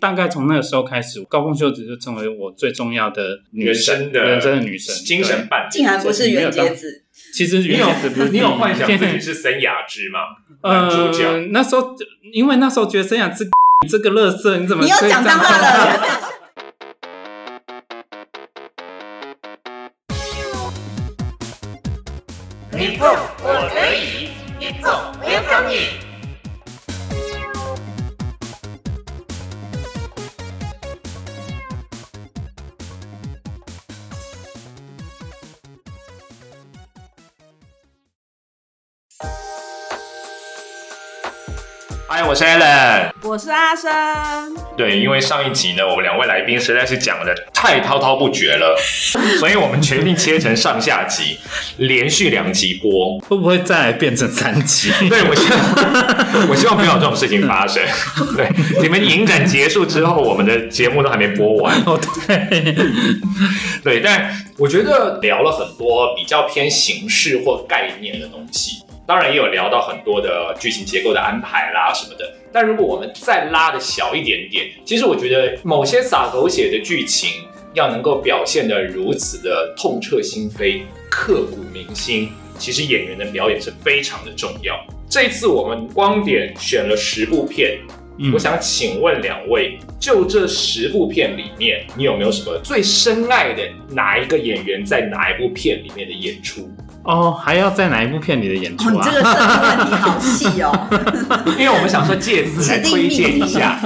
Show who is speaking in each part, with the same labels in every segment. Speaker 1: 大概从那个时候开始，高空秀子就成为我最重要的女
Speaker 2: 原
Speaker 1: 神，
Speaker 2: 生的
Speaker 1: 人生的女神，
Speaker 2: 精神伴侣。
Speaker 3: 竟然不是袁洁子，
Speaker 1: 对。其实
Speaker 2: 你
Speaker 1: 原
Speaker 2: 有
Speaker 1: 先只 不是
Speaker 2: 你有幻想
Speaker 1: 现
Speaker 2: 自
Speaker 1: 在
Speaker 2: 己是森雅之吗？男主角
Speaker 1: 呃，那时候因为那时候觉得生养这这个乐色，你怎么
Speaker 3: 你又
Speaker 1: 可以
Speaker 3: 讲
Speaker 1: 这样
Speaker 3: 脏话
Speaker 1: 讲 话？
Speaker 3: 了。
Speaker 4: 你碰我可以，你碰我有刚你。
Speaker 2: 嗨，我是 Alan。
Speaker 5: 我是阿生，
Speaker 3: 哦
Speaker 2: 对，因为上一集呢，我们两位来宾实在是讲的太滔滔不绝了，所以我们决定切成上下集，连续两集播。
Speaker 1: 会不会再来变成三 级？
Speaker 2: 对，我希望我希望不要有这种事情 发生。对，你们影展结束之后，我们的节目都还没播完。
Speaker 1: 哦，对，
Speaker 2: 对，但我觉得聊了很多比较偏形式或概念的东西，当然也有聊到很多的剧情结构的安排啦什么的。但如果我们再拉的小一点点，其实我觉得某些洒狗血的剧情要能够表现的如此的痛彻心扉、刻骨铭心，其实演员的表演是非常的重要。这次我们光点选了十部片，
Speaker 1: 嗯
Speaker 2: 我想请问两位，就这十部片里面，你有没有什么最深爱的哪一个演员在哪一部片里面的演出？
Speaker 1: 哦，还要在哪一部片里的演
Speaker 3: 哦，
Speaker 1: 出
Speaker 3: 你
Speaker 1: 啊？
Speaker 3: 这个设计问题好 细哦。
Speaker 2: 因为我们想说借此来推荐一下，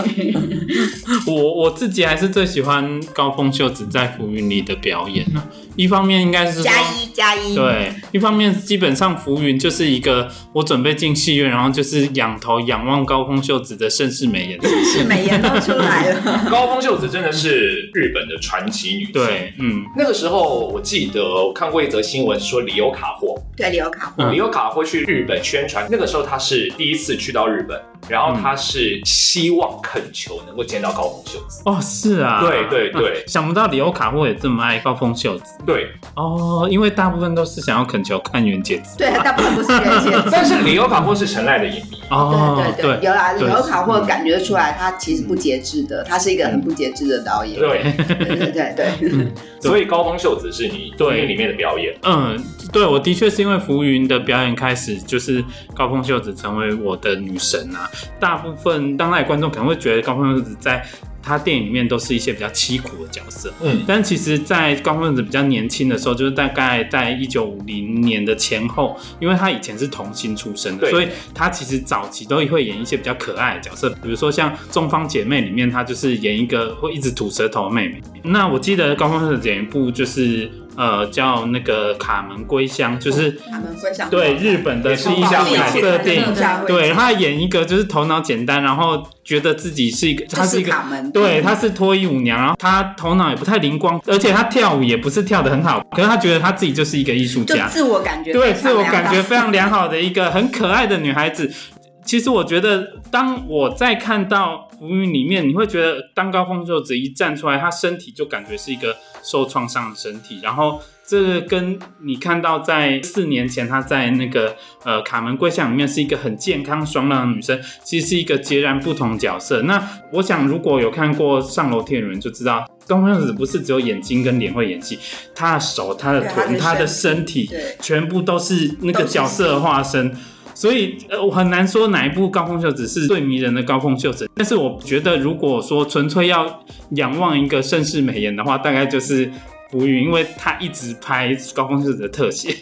Speaker 1: 我我自己还是最喜欢高峰秀子在《浮云》里的表演啊。一方面应该是说
Speaker 3: 加一加一，
Speaker 1: 对，一方面基本上浮云就是一个我准备进戏院，然后就是仰头仰望高空秀子的盛世美颜。
Speaker 3: 是美颜都出来了。
Speaker 2: 高峰秀子真的是日本的传奇女星。，
Speaker 1: 对，嗯，
Speaker 2: 那个时候我记得我看过一则新闻，说里有卡霍，
Speaker 3: 对，刘卡
Speaker 1: 嗯
Speaker 2: 里有卡霍去日本宣传，那个时候他是第一次去到日本，然后他是希望恳求能够见到高峰秀子。
Speaker 1: 哦，是啊，
Speaker 2: 对对对
Speaker 1: 嗯想不到里欧卡霍也这么爱高峰秀子
Speaker 2: 对，
Speaker 1: 哦，因为大部分都是想要恳求看袁姐子
Speaker 3: 对，大部分不是袁洁子。
Speaker 2: 但是里有卡霍是陈赖的影 迷。
Speaker 1: 哦，
Speaker 3: 对对对，有啦，
Speaker 1: 对嗯
Speaker 3: 刘卡或感觉出来，他其实不节制的，他是一个很不节制的导演。
Speaker 2: 对，
Speaker 3: 对对对对，
Speaker 1: 嗯
Speaker 2: 所以高峰秀子是你
Speaker 1: 对
Speaker 2: 电影里面的表演，
Speaker 1: 嗯，对，我的确是因为浮云的表演开始，就是高峰秀子成为我的女神啊。大部分当代观众可能会觉得高峰秀子在她电影里面都是一些比较凄苦的角色，
Speaker 2: 嗯，
Speaker 1: 但其实，在高峰秀子比较年轻的时候，就是大概在一九五零年的前后，因为她以前是童星出身的，
Speaker 2: 对
Speaker 1: 所以她其实早期都会演一些比较可爱的角色，比如说像《东方姐妹》里面，她就是演一个会一直吐舌头的妹妹。那我记得高峰秀子演一部就是呃叫那个《卡门归乡》，就是
Speaker 3: 他们会哦上
Speaker 1: 对日本的
Speaker 2: 哦也是
Speaker 1: 第一
Speaker 2: 一
Speaker 1: 项
Speaker 2: 部
Speaker 1: 彩色电影
Speaker 5: 对。
Speaker 1: 对，他演一个就是头脑简单，然后觉得自己是一个，
Speaker 3: 这
Speaker 1: 他是
Speaker 3: 是
Speaker 1: 一个
Speaker 3: 卡门，
Speaker 1: 对，她是脱衣舞娘，然后她头脑也不太灵光，而且她跳舞也不是跳得很好，可是她觉得她自己就是一个艺术
Speaker 3: 就
Speaker 1: 家，
Speaker 3: 自我感觉
Speaker 1: 对，
Speaker 3: 非常
Speaker 1: 自我
Speaker 3: 良
Speaker 1: 感
Speaker 3: 好
Speaker 1: 觉非常良好的一个很可爱的女孩子。其实我觉得，当我在看到《浮云》里面，你会觉得，当高峰秀子一站出来，她身体就感觉是一个受创伤的身体，然后这个跟你看到在四年前她在那个呃《卡门归乡》里面是一个很健康爽朗的女生，其实是一个截然不同的角色。那我想，如果有看过《上楼梯》的人就知道，高峰秀子不是只有眼睛跟脸会演戏，她的手、她的
Speaker 3: 对她的
Speaker 1: 臀、她的身体，
Speaker 3: 对，
Speaker 1: 全部都是那个角色的化身。所以，呃，我很难说哪一部高峰秀子是最迷人的高峰秀子，但是我觉得，如果说纯粹要仰望一个盛世美颜的话，大概就是浮云，因为他一直拍高峰秀子的特写。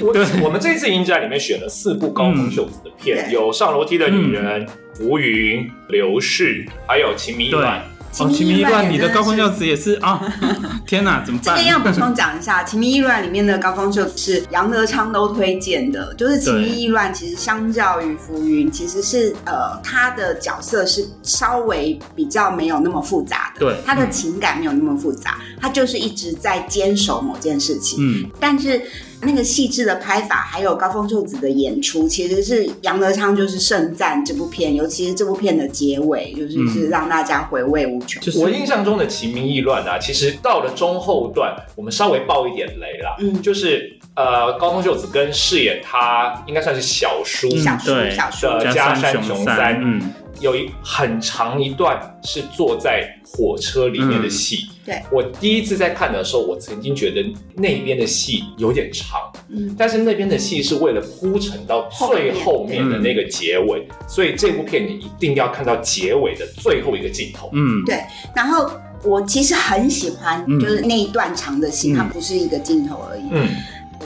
Speaker 2: 我我们这次影展里面选了四部高峰秀子的片，
Speaker 3: 嗯
Speaker 2: 有《上楼梯的女人》、浮云》、刘氏，还有《情迷一
Speaker 1: 对
Speaker 2: 乱，
Speaker 1: 哦，情迷
Speaker 3: 迷
Speaker 1: 一乱里的高峰秀
Speaker 3: 子。
Speaker 1: 子也是啊、天哪，怎么
Speaker 3: 这
Speaker 1: 办
Speaker 3: 个？要补充讲 一下，《情迷意乱》里面的高峰秀是杨德昌都推荐的，就是《情迷意乱》其实相较于浮云，其实是呃他的角色是稍微比较没有那么复杂的，
Speaker 1: 对
Speaker 3: 他的情感没有那么复杂，他就是一直在坚守某件事情，
Speaker 1: 嗯，
Speaker 3: 但是那个细致的拍法，还有高峰秀子的演出，其实是杨德昌就是盛赞这部片，尤其是这部片的结尾，就是、
Speaker 1: 嗯
Speaker 3: 是让大家回味无穷。
Speaker 1: 就是
Speaker 2: 我印象中的《情迷意乱》啊，其实到了中后段，我们稍微爆一点雷啦，
Speaker 3: 嗯
Speaker 2: 就是呃，高峰秀子跟饰演她应该算是小叔
Speaker 1: 嗯
Speaker 3: 小叔，
Speaker 1: 对
Speaker 3: 小叔，
Speaker 2: 的加山雄三
Speaker 1: 嗯，
Speaker 2: 有一很长一段是坐在火车里面的戏。
Speaker 3: 嗯对
Speaker 2: 我第一次在看的时候，我曾经觉得那边的戏有点长，
Speaker 3: 嗯，
Speaker 2: 但是那边的戏是为了铺陈到最后面的那个结尾，
Speaker 3: 嗯
Speaker 2: 所以这部片你一定要看到结尾的最后一个镜头。
Speaker 1: 嗯，
Speaker 3: 对然后我其实很喜欢，
Speaker 1: 嗯
Speaker 3: 就是那一段长的戏，
Speaker 1: 嗯
Speaker 3: 它不是一个镜头而已。
Speaker 2: 嗯，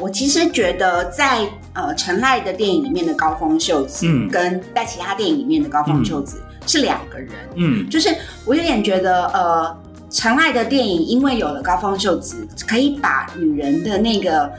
Speaker 3: 我其实觉得在呃陈赖的电影里面的高峰秀子，
Speaker 1: 嗯
Speaker 3: 跟在其他电影里面的高峰秀子、是两个人。
Speaker 1: 嗯
Speaker 3: 就是我有点觉得，呃，陈爱的电影因为有了高峰秀子，可以把女人的那个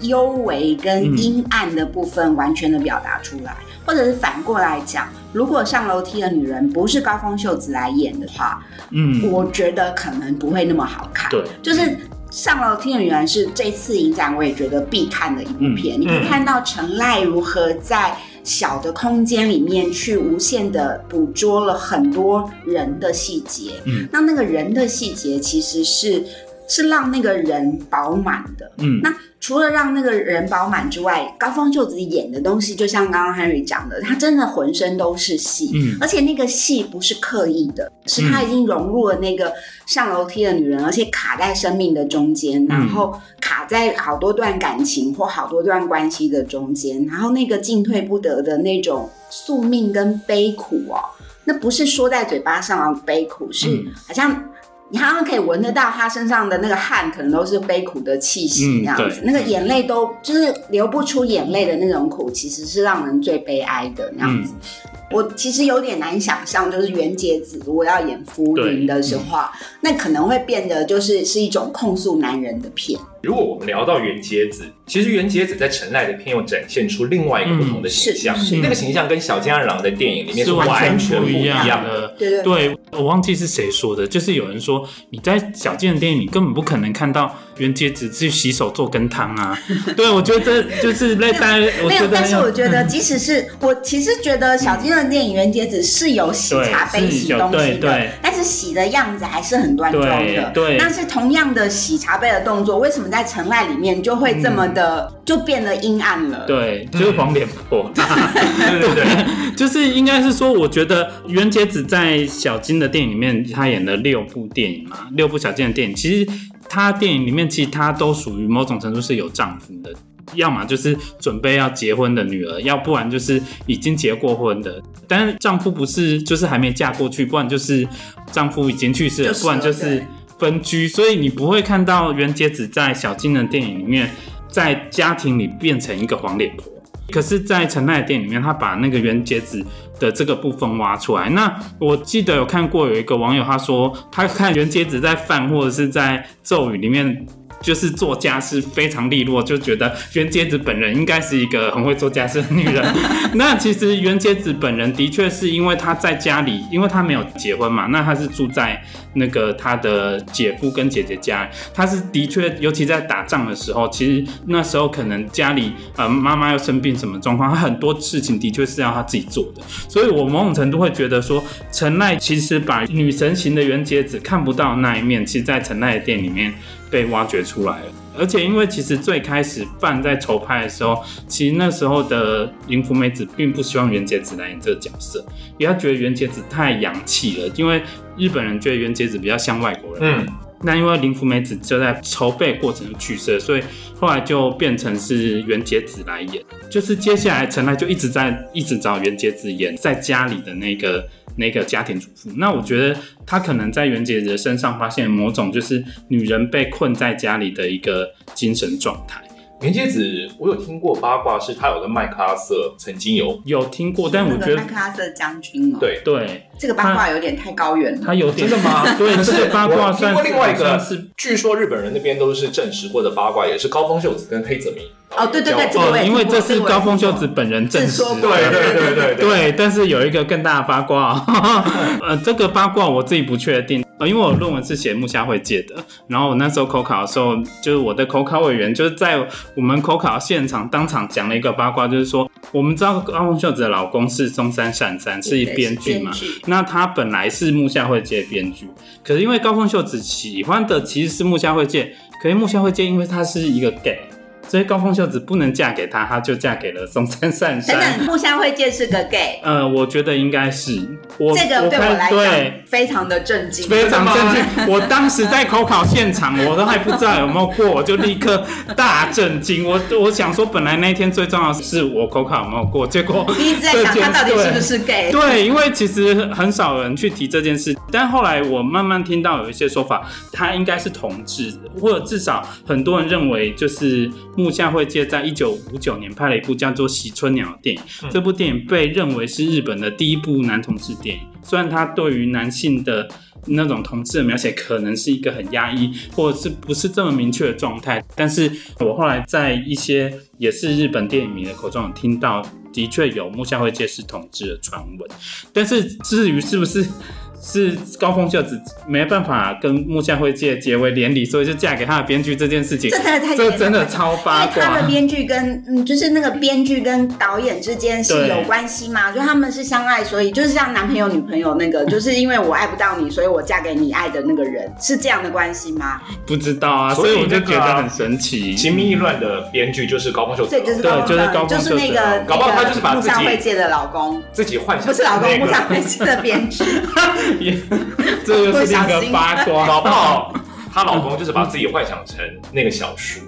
Speaker 3: 幽微跟阴暗的部分完全的表达出来，或者是反过来讲，如果上楼梯的女人不是高峰秀子来演的话，
Speaker 1: 嗯，
Speaker 3: 我觉得可能不会那么好看。
Speaker 1: 对，
Speaker 3: 就是上楼听的女人是这次影展我也觉得必看的一部
Speaker 1: 嗯
Speaker 3: 片，你可以看到陈赖如何在小的空间里面去无限的捕捉了很多人的细节。
Speaker 1: 嗯，
Speaker 3: 那那个人的细节其实是是让那个人饱满的。
Speaker 1: 嗯
Speaker 3: 那除了让那个人饱满之外，高峰秀子演的东西，就像刚刚 Henry 讲的，他真的浑身都是戏，
Speaker 1: 嗯
Speaker 3: 而且那个戏不是刻意的，是他已经融入了那个上楼梯的女人，而且卡在生命的中间，然后
Speaker 1: 嗯
Speaker 3: 卡在好多段感情或好多段关系的中间，然后那个进退不得的那种宿命跟悲苦哦，那不是说在嘴巴上的悲苦，是
Speaker 1: 嗯
Speaker 3: 好像。你好像可以闻得到他身上的那个汗，可能都是悲苦的气息
Speaker 1: 嗯
Speaker 3: 那样子，那个眼泪都就是流不出眼泪的那种苦，其实是让人最悲哀的那样
Speaker 1: 嗯
Speaker 3: 子。我其实有点难想象，就是袁洁子如果要演浮云的时候啊，那可能会变得就是是一种控诉男人的片。
Speaker 2: 如果我们聊到袁洁子，其实袁洁子在陈赖的片又展现出另外一个不同的形象，
Speaker 3: 嗯是
Speaker 1: 是
Speaker 2: 那个形象跟小津安郎的电影里面
Speaker 1: 是
Speaker 2: 完
Speaker 1: 完
Speaker 2: 全
Speaker 1: 全
Speaker 2: 不
Speaker 1: 不
Speaker 2: 一
Speaker 1: 一
Speaker 2: 样
Speaker 1: 样
Speaker 2: 的。
Speaker 1: 的。
Speaker 3: 对对
Speaker 1: 对，我忘记是谁说的，就是有人说你在小件的电影里根本不可能看到袁洁子去洗手做羹汤 啊。对，我觉得这就是类大家，我
Speaker 3: 没
Speaker 1: 觉
Speaker 3: 有，
Speaker 1: 得
Speaker 3: 但是
Speaker 1: 要嗯
Speaker 3: 我觉得，即使是我，其实觉得小金的电影袁洁子是有洗茶杯、
Speaker 1: 对是
Speaker 3: 洗
Speaker 1: 有
Speaker 3: 东西啊
Speaker 1: 对
Speaker 3: 的
Speaker 1: 对，
Speaker 3: 但是洗的样子还是很端庄的。
Speaker 1: 对对
Speaker 3: 但是同样的洗茶杯的动作，为什么在《尘赖》里面就会这么的、就变得阴暗
Speaker 1: 嗯
Speaker 3: 了？，
Speaker 1: 对，就是黄脸婆。
Speaker 2: 对对对，
Speaker 1: 就是应该是说，我觉得袁洁子在小金的电影里面，她演了六部电影嘛，六部小金的电影，其实她电影里面其实她都属于某种程度是有丈夫的，要么就是准备要结婚的女儿，要不然就是已经结过婚的，但是丈夫不是就是还没嫁过去，不然就是丈夫已经去世了，
Speaker 3: 就是了
Speaker 1: 不然就是
Speaker 3: 对
Speaker 1: 分居，所以你不会看到袁洁子在小金的电影里面，在家庭里变成一个黄脸婆。可是，在陈奈的电影里面，他把那个袁洁子的这个部分挖出来。那我记得有看过有一个网友他说，他看袁洁子在饭或者是在咒语里面。就是做家事非常利落，就觉得袁洁子本人应该是一个很会做家事的女人。 那其实袁洁子本人的确是因为她在家里，因为她没有结婚嘛，那她是住在那个她的姐夫跟姐姐家，她是的确，尤其在打仗的时候，其实那时候可能家里呃妈妈要生病什么状况，她很多事情的确是要她自己做的，所以我某种程度会觉得说，陈奈其实把女神型的袁洁子看不到的那一面，其实在陈奈的店里面被挖掘出来了。而且因为其实最开始范在筹拍的时候，其实那时候的林福美子并不希望袁洁子来演这个角色，因为她觉得袁洁子太洋气了，因为日本人觉得袁洁子比较像外国人。
Speaker 2: 嗯，
Speaker 1: 那因为林福美子就在筹备过程中去世，所以后来就变成是袁洁子来演。就是接下来陈来就一直在一直找袁洁子演在家里的那个那个家庭主妇。那我觉得他可能在袁洁子的身上发现某种就是女人被困在家里的一个精神状态。
Speaker 2: 袁洁子，我有听过八卦，是她有跟麦克阿瑟曾经有
Speaker 1: 有听过，但我
Speaker 3: 那
Speaker 1: 觉
Speaker 3: 个
Speaker 1: 得
Speaker 3: 麦克阿瑟将军哦，
Speaker 2: 对
Speaker 1: 对
Speaker 3: 这个八卦有点太高远了。
Speaker 1: 他有点
Speaker 2: 真的吗
Speaker 1: 对，
Speaker 2: 可
Speaker 1: 这
Speaker 2: 是
Speaker 1: 个八卦
Speaker 2: 我听
Speaker 1: 算
Speaker 2: 过
Speaker 1: 是
Speaker 2: 另外一
Speaker 1: 好
Speaker 2: 个
Speaker 1: 像是。
Speaker 2: 据说日本人那边都是证实过的八卦，也是高峰秀子跟黑泽明。
Speaker 3: 哦对对对这个我
Speaker 1: 哦
Speaker 3: 也，
Speaker 1: 因为
Speaker 3: 听过
Speaker 1: 这是
Speaker 3: 这个我也
Speaker 1: 高峰
Speaker 3: 听
Speaker 1: 秀
Speaker 3: 过
Speaker 1: 子本人证
Speaker 3: 自
Speaker 1: 实
Speaker 3: 说
Speaker 1: 的，
Speaker 2: 对对对对对，
Speaker 1: 对，但是有一个更大的八卦、 哦，呃，这个八卦我自己不确定，呃，因为我论文是写木下惠介的，然后我那时候口考的时候，就是我的口考委员就是在我们口考现场当场讲了一个八卦，就是说我们知道高凤秀子的老公是松山善三，是一
Speaker 3: 对
Speaker 1: 编剧嘛，那他本来是木下惠介编剧，可是因为高峰秀子喜欢的其实是木下惠介，可是木下惠介因为他是一个 gay，所以高峰秀子不能嫁给他，他就嫁给了松山善
Speaker 3: 等
Speaker 1: 山。
Speaker 3: 等，木山惠介是个 gay，
Speaker 1: 呃，我觉得应该是我，
Speaker 3: 这个对我
Speaker 1: 看
Speaker 3: 来
Speaker 1: 对
Speaker 3: 讲非常的震惊，
Speaker 1: 非常震惊。我当时在口考现场，我都还不知道有没有过，我就立刻大震惊。我我想说，本来那一天最重要的是我口考有没有过，结果
Speaker 3: 你一直在想
Speaker 1: 这件
Speaker 3: 他
Speaker 1: 事
Speaker 3: 到底是不
Speaker 1: 对
Speaker 3: 是 gay，
Speaker 1: 对，因为其实很少人去提这件事，但后来我慢慢听到有一些说法，他应该是同志，或者至少很多人认为，就是木下惠介在一九五九年拍了一部叫做《喜春鸟》的电影，
Speaker 2: 嗯
Speaker 1: 这部电影被认为是日本的第一部男同志电影，虽然他对于男性的。那种同志的描写可能是一个很压抑，或者是不是这么明确的状态，但是我后来在一些也是日本电影迷的口中有听到，的确有木下惠介是同志的传闻。但是至于是不是是高峰秀子没办法跟木下惠介结为连理，所以就嫁给他的编剧这件事情，
Speaker 3: 这真的太
Speaker 1: 这
Speaker 3: 严
Speaker 1: 真的
Speaker 3: 了
Speaker 1: 超
Speaker 3: 因
Speaker 1: 八
Speaker 3: 为他
Speaker 1: 卦
Speaker 3: 的。编剧跟嗯，就是那个编剧跟导演之间是
Speaker 1: 对
Speaker 3: 有关系嘛，就他们是相爱，所以就是像男朋友女朋友 那个，就是因为我爱不到你，所以我嫁给你爱的那个人，是这样的关系吗？
Speaker 1: 不知道啊，所
Speaker 2: 所以
Speaker 1: 以我就
Speaker 2: 那
Speaker 1: 觉
Speaker 2: 个啊
Speaker 1: 得很神奇。
Speaker 2: 《情迷意乱》的编剧就是高峰秀子，
Speaker 3: 对，就是
Speaker 1: 对
Speaker 3: 高
Speaker 1: 就是
Speaker 3: 呃
Speaker 1: 高峰
Speaker 3: 就是那
Speaker 1: 秀子啊
Speaker 3: 个
Speaker 2: 搞不好他就是把
Speaker 3: 那个木
Speaker 2: 自己
Speaker 3: 下惠介的老公，
Speaker 2: 哦自己幻想
Speaker 3: 不是 老公，
Speaker 2: 那
Speaker 3: 木
Speaker 2: 个
Speaker 3: 下惠介的编剧，
Speaker 1: 也这又是另一个 八卦，
Speaker 2: 搞不好她老公就是把自己幻想成那个小叔。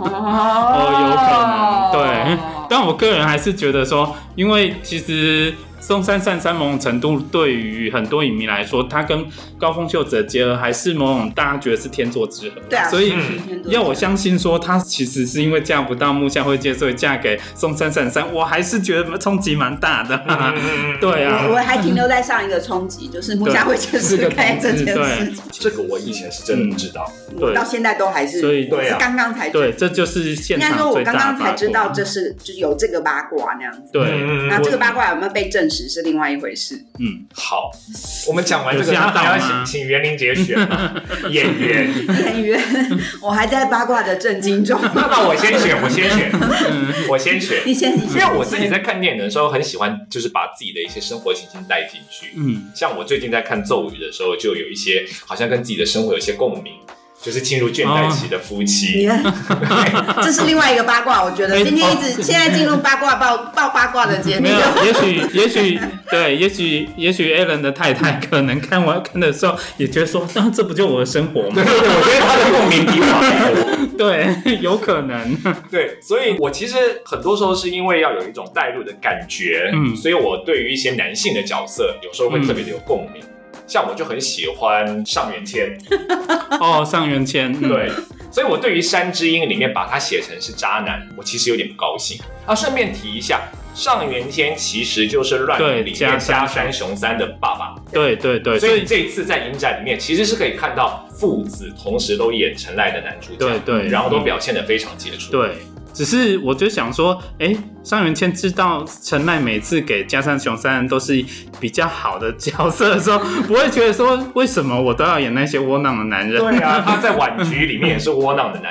Speaker 3: 哦，
Speaker 1: 哦，有可能对。但我个人还是觉得说，因为其实松山善三某种程度对于很多影迷来说，他跟高峰秀子的结合还是某种大家觉得是天作之合，
Speaker 3: 对啊
Speaker 1: 所以。
Speaker 2: 嗯
Speaker 1: 要我相信说，她其实是因为嫁不到木下惠介，所以嫁给松山善三，我还是觉得冲击蛮大的、 对啊
Speaker 3: 嗯我我还停留在上一个冲击，就是木下惠介
Speaker 1: 对是
Speaker 3: 是
Speaker 1: 个
Speaker 3: gay 这
Speaker 1: 同志
Speaker 3: 件
Speaker 1: 对
Speaker 3: 事情，
Speaker 2: 这个我以前是真的不知道，
Speaker 3: 嗯
Speaker 1: 对
Speaker 3: 到现在都还是，
Speaker 1: 所以
Speaker 2: 对啊
Speaker 3: 是刚刚才知道
Speaker 1: 对，这就是现
Speaker 3: 应该
Speaker 1: 场
Speaker 3: 说，我
Speaker 1: 最大
Speaker 3: 刚
Speaker 1: 的
Speaker 3: 刚才
Speaker 1: 八
Speaker 3: 知道
Speaker 1: 卦
Speaker 3: 这嗯是就是有这个八卦那样子。
Speaker 2: 嗯
Speaker 1: 对，
Speaker 3: 那这个八卦有没有被证实是另外一回事。
Speaker 1: 嗯，
Speaker 2: 好，我们讲完这个，
Speaker 1: 有吓
Speaker 2: 然后
Speaker 1: 到
Speaker 2: 还要
Speaker 1: 吗
Speaker 2: 请请袁林杰选嘛演员。
Speaker 3: 演员，我还在八卦的震惊中。
Speaker 2: 那那我先选，我先选，我先选，
Speaker 3: 你先，你
Speaker 2: 因为
Speaker 3: 先，
Speaker 2: 我自己在看电影的时候，很喜欢就是把自己的一些生活情境带进去。
Speaker 1: 嗯，
Speaker 2: 像我最近在看《咒语》的时候，就有一些好像跟自己的生活有一些共鸣，就是进入倦怠期的夫
Speaker 3: 你
Speaker 2: 妻。
Speaker 3: 看，这是另外一个八卦。我觉得
Speaker 1: 哎
Speaker 3: 今天一直现在进入八卦爆爆八卦的节目
Speaker 1: 没。有，也许，也许， 对，也许，也许 Alan 的太太可能看完看的时候也觉得说，那、这不就我的生活 吗
Speaker 2: 对，？我觉得他的共鸣比我还多。
Speaker 1: 对，有可 能，
Speaker 2: 对，所以我其实很多时候是因为要有一种代入的感觉，
Speaker 1: 嗯
Speaker 2: 所以我对于一些男性的角色，有时候会特别的有共鸣。像我就很喜欢上元谦，
Speaker 1: 哦，上元谦，嗯
Speaker 2: 对，所以我对于《山之音》里面把他写成是渣男，我其实有点不高兴。啊，顺便提一下，上元谦其实就是《乱
Speaker 1: 对
Speaker 2: 里面
Speaker 1: 加山
Speaker 2: 加山雄三的爸爸，
Speaker 1: 对对对，
Speaker 2: 所
Speaker 1: 所
Speaker 2: 以
Speaker 1: 以
Speaker 2: 这一次在影展里面，其实是可以看到父子同时都演成赖的男主角，
Speaker 1: 对对
Speaker 2: 然后都表现得非常杰出。
Speaker 1: 对，只是我就想说，哎，上元谦知道陈奈每次给加上熊三人都是比较好的角色的时候，不会觉得说为什么我都要演那些窝囊的男人？
Speaker 2: 对啊，他在晚局里面也是窝囊的 男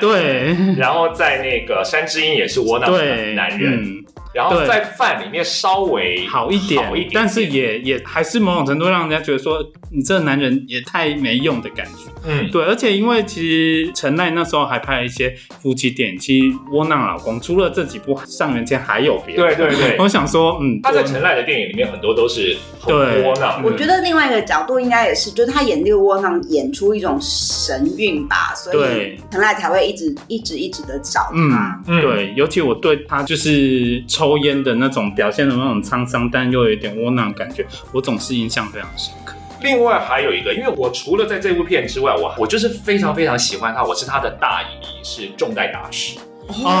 Speaker 2: 人。
Speaker 1: 对
Speaker 2: 然后在那个山之音也是窝囊的
Speaker 1: 对，
Speaker 2: 男人，
Speaker 1: 嗯
Speaker 2: 然后
Speaker 1: 对
Speaker 2: 在饭里面稍微
Speaker 1: 好一点，
Speaker 2: 好一点，
Speaker 1: 但是也也还是某种程度让人家觉得说你这个男人也太没用的感觉。
Speaker 2: 嗯，
Speaker 1: 对，而且因为其实陈奈那时候还拍了一些夫妻电影，其实窝囊老公除了这几部上元谦还有别的。
Speaker 2: 对对对，
Speaker 1: 我想说，嗯，
Speaker 2: 他在
Speaker 1: 我
Speaker 2: 陈赖的电影里面很多都是很
Speaker 1: 对嗯
Speaker 2: 窝囊
Speaker 3: 我
Speaker 2: 的，
Speaker 3: 觉得另外一个角度应该也是，就是他演这个窝囊，演出一种神韵吧，所以
Speaker 1: 对
Speaker 3: 陈赖才会一直一直一直的找他。
Speaker 2: 嗯
Speaker 1: 对，尤其我对他就是抽烟的那种表现的那种沧桑，但又有一点窝囊的感觉，我总是印象非常深刻。
Speaker 2: 另外还有一个，因为我除了在这部片之外，我我就是非常非常喜欢他，我是他的大迷，是重代大师。
Speaker 1: 哦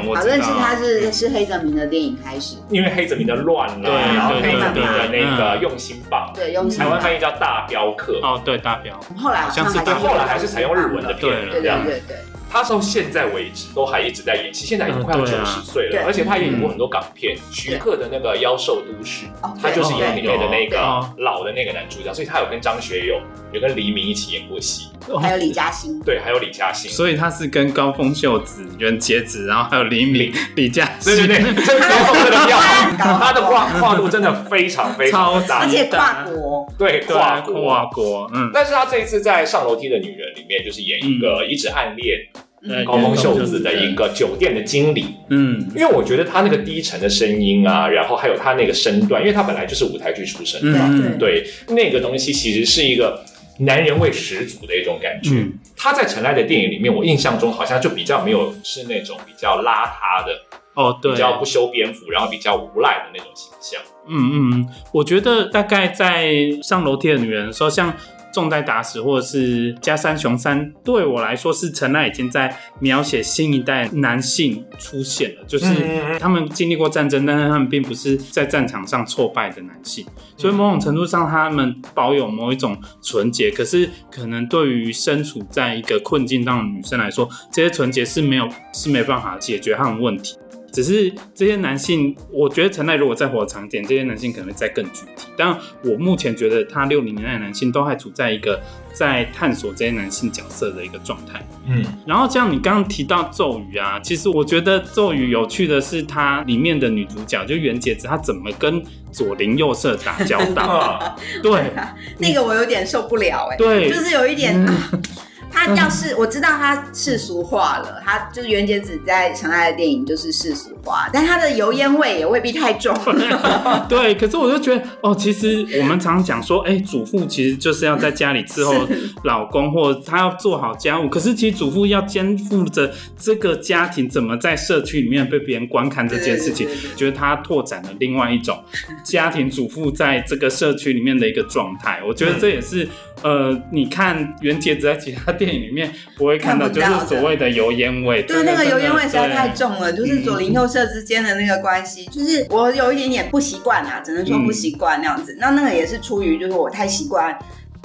Speaker 2: 嗯
Speaker 1: 我
Speaker 3: 好
Speaker 1: 知道
Speaker 3: 认识他是是黑泽明的电影开始，
Speaker 2: 因为黑泽明的乱
Speaker 1: 对
Speaker 2: 啦，然后黑
Speaker 1: 对
Speaker 2: 泽明的
Speaker 1: 对
Speaker 2: 那个
Speaker 1: 嗯
Speaker 2: 用心棒，
Speaker 3: 对，用
Speaker 2: 台湾翻
Speaker 3: 译。
Speaker 2: 译叫大镖客，
Speaker 1: 哦，对，大表，
Speaker 3: 后来好像
Speaker 1: 好像是
Speaker 3: 还
Speaker 2: 对，
Speaker 1: 大
Speaker 2: 后来还是采用日文的片
Speaker 1: 对了
Speaker 3: 对
Speaker 2: 这样
Speaker 3: 对。对对，
Speaker 2: 他到现在为止都还一直在演戏，现在已经快要
Speaker 1: 嗯对
Speaker 2: 九
Speaker 1: 啊
Speaker 2: 十岁
Speaker 3: 对
Speaker 2: 了，而且他也
Speaker 1: 嗯
Speaker 2: 演过很多港片，徐克的那个《妖兽都市》，
Speaker 3: 哦
Speaker 2: 他就是
Speaker 3: 对
Speaker 2: 演里面的那
Speaker 1: 对
Speaker 2: 个老的那个男主角，所以他有跟张学友、有跟黎明一起演过戏，
Speaker 3: 对还有李嘉欣，
Speaker 2: 对，还有李嘉欣，
Speaker 1: 所以他是跟高峰秀子、袁洁子，然后还有黎明、李佳
Speaker 2: 对
Speaker 1: 琦，
Speaker 2: 对对，这个高峰真的要，
Speaker 3: 高
Speaker 2: 他的跨跨度真的非常非常
Speaker 1: 超
Speaker 2: 的大
Speaker 3: 而
Speaker 1: 级，
Speaker 3: 且
Speaker 2: 啊
Speaker 3: 跨国，
Speaker 2: 对
Speaker 1: 对
Speaker 2: 跨
Speaker 1: 啊，
Speaker 2: 国。
Speaker 1: 跨国，嗯，
Speaker 2: 但是他这一次在《上楼梯的女人》里面，就是演一个一直暗恋
Speaker 1: 呃
Speaker 2: 高峰秀子的一，个酒店的经理，
Speaker 1: 嗯
Speaker 2: 因为我觉得他那个低沉的声音啊，然后还有他那个身段，因为他本来就是舞台剧出身，
Speaker 1: 嗯嗯
Speaker 2: 对那个东西其实是一个男人味十足的一种感觉。
Speaker 1: 嗯
Speaker 2: 他在陈赖的电影里面，我印象中好像就比较没有是那种比较邋遢的，
Speaker 1: 哦对
Speaker 2: 比，较不修边幅，然后比较无赖的那种形象。
Speaker 1: 嗯嗯，我觉得大概在上楼梯的女人的时候，像重代打死或者是加三雄三，对我来说是陈奈已经在描写新一代男性出现了，就是
Speaker 2: 嗯嗯
Speaker 1: 他们经历过战争，但是他们并不是在战场上挫败的男性，所以某种程度上他们保有某一种纯洁，可是可能对于身处在一个困境当中的女生来说，这些纯洁是没有是没办法解决他们问题。只是这些男性，我觉得陈奈如果再活长一点，这些男性可能会再更具体。但我目前觉得他六零年代的男性都还处在一个在探索这些男性角色的一个状态。
Speaker 2: 嗯，
Speaker 1: 然后像你刚刚提到咒语啊，其实我觉得咒语有趣的是它里面的女主角就袁洁子，她怎么跟左邻右舍打交 道？
Speaker 2: 啊，
Speaker 1: 对
Speaker 3: 那个我有点受不了哎、
Speaker 1: 对
Speaker 3: 就是有一点。
Speaker 1: 嗯
Speaker 3: 啊 他要是我知道他世俗化了，他就是袁洁子在《尘埃》的电影就是世俗化，但他的油烟味也未必太重。
Speaker 1: 对，可是我就觉得哦，其 实我们常讲说，哎、主妇其实就是要在家里伺候老公，或她要做好家务。可是其实主妇要肩负着这个家庭怎么在社区里面被别人观看这件事情
Speaker 3: 对对对对，对
Speaker 1: 觉得她拓展了另外一 种家庭主妇在这个社区里面的一个状态。我觉
Speaker 3: 嗯
Speaker 1: 得这也是。呃，你看袁洁子在其他电影里面不会看到，
Speaker 3: 看不
Speaker 1: 就
Speaker 3: 到
Speaker 1: 是
Speaker 3: 的
Speaker 1: 所谓的油烟味。
Speaker 3: 对，
Speaker 1: 真的
Speaker 3: 那个油烟味实在
Speaker 1: 对
Speaker 3: 太重了，就是左邻右舍之间的那个关系，就是我有一点点不习惯啊，只能
Speaker 1: 嗯
Speaker 3: 说不习惯那样子。那那个也是出于就是我太习惯。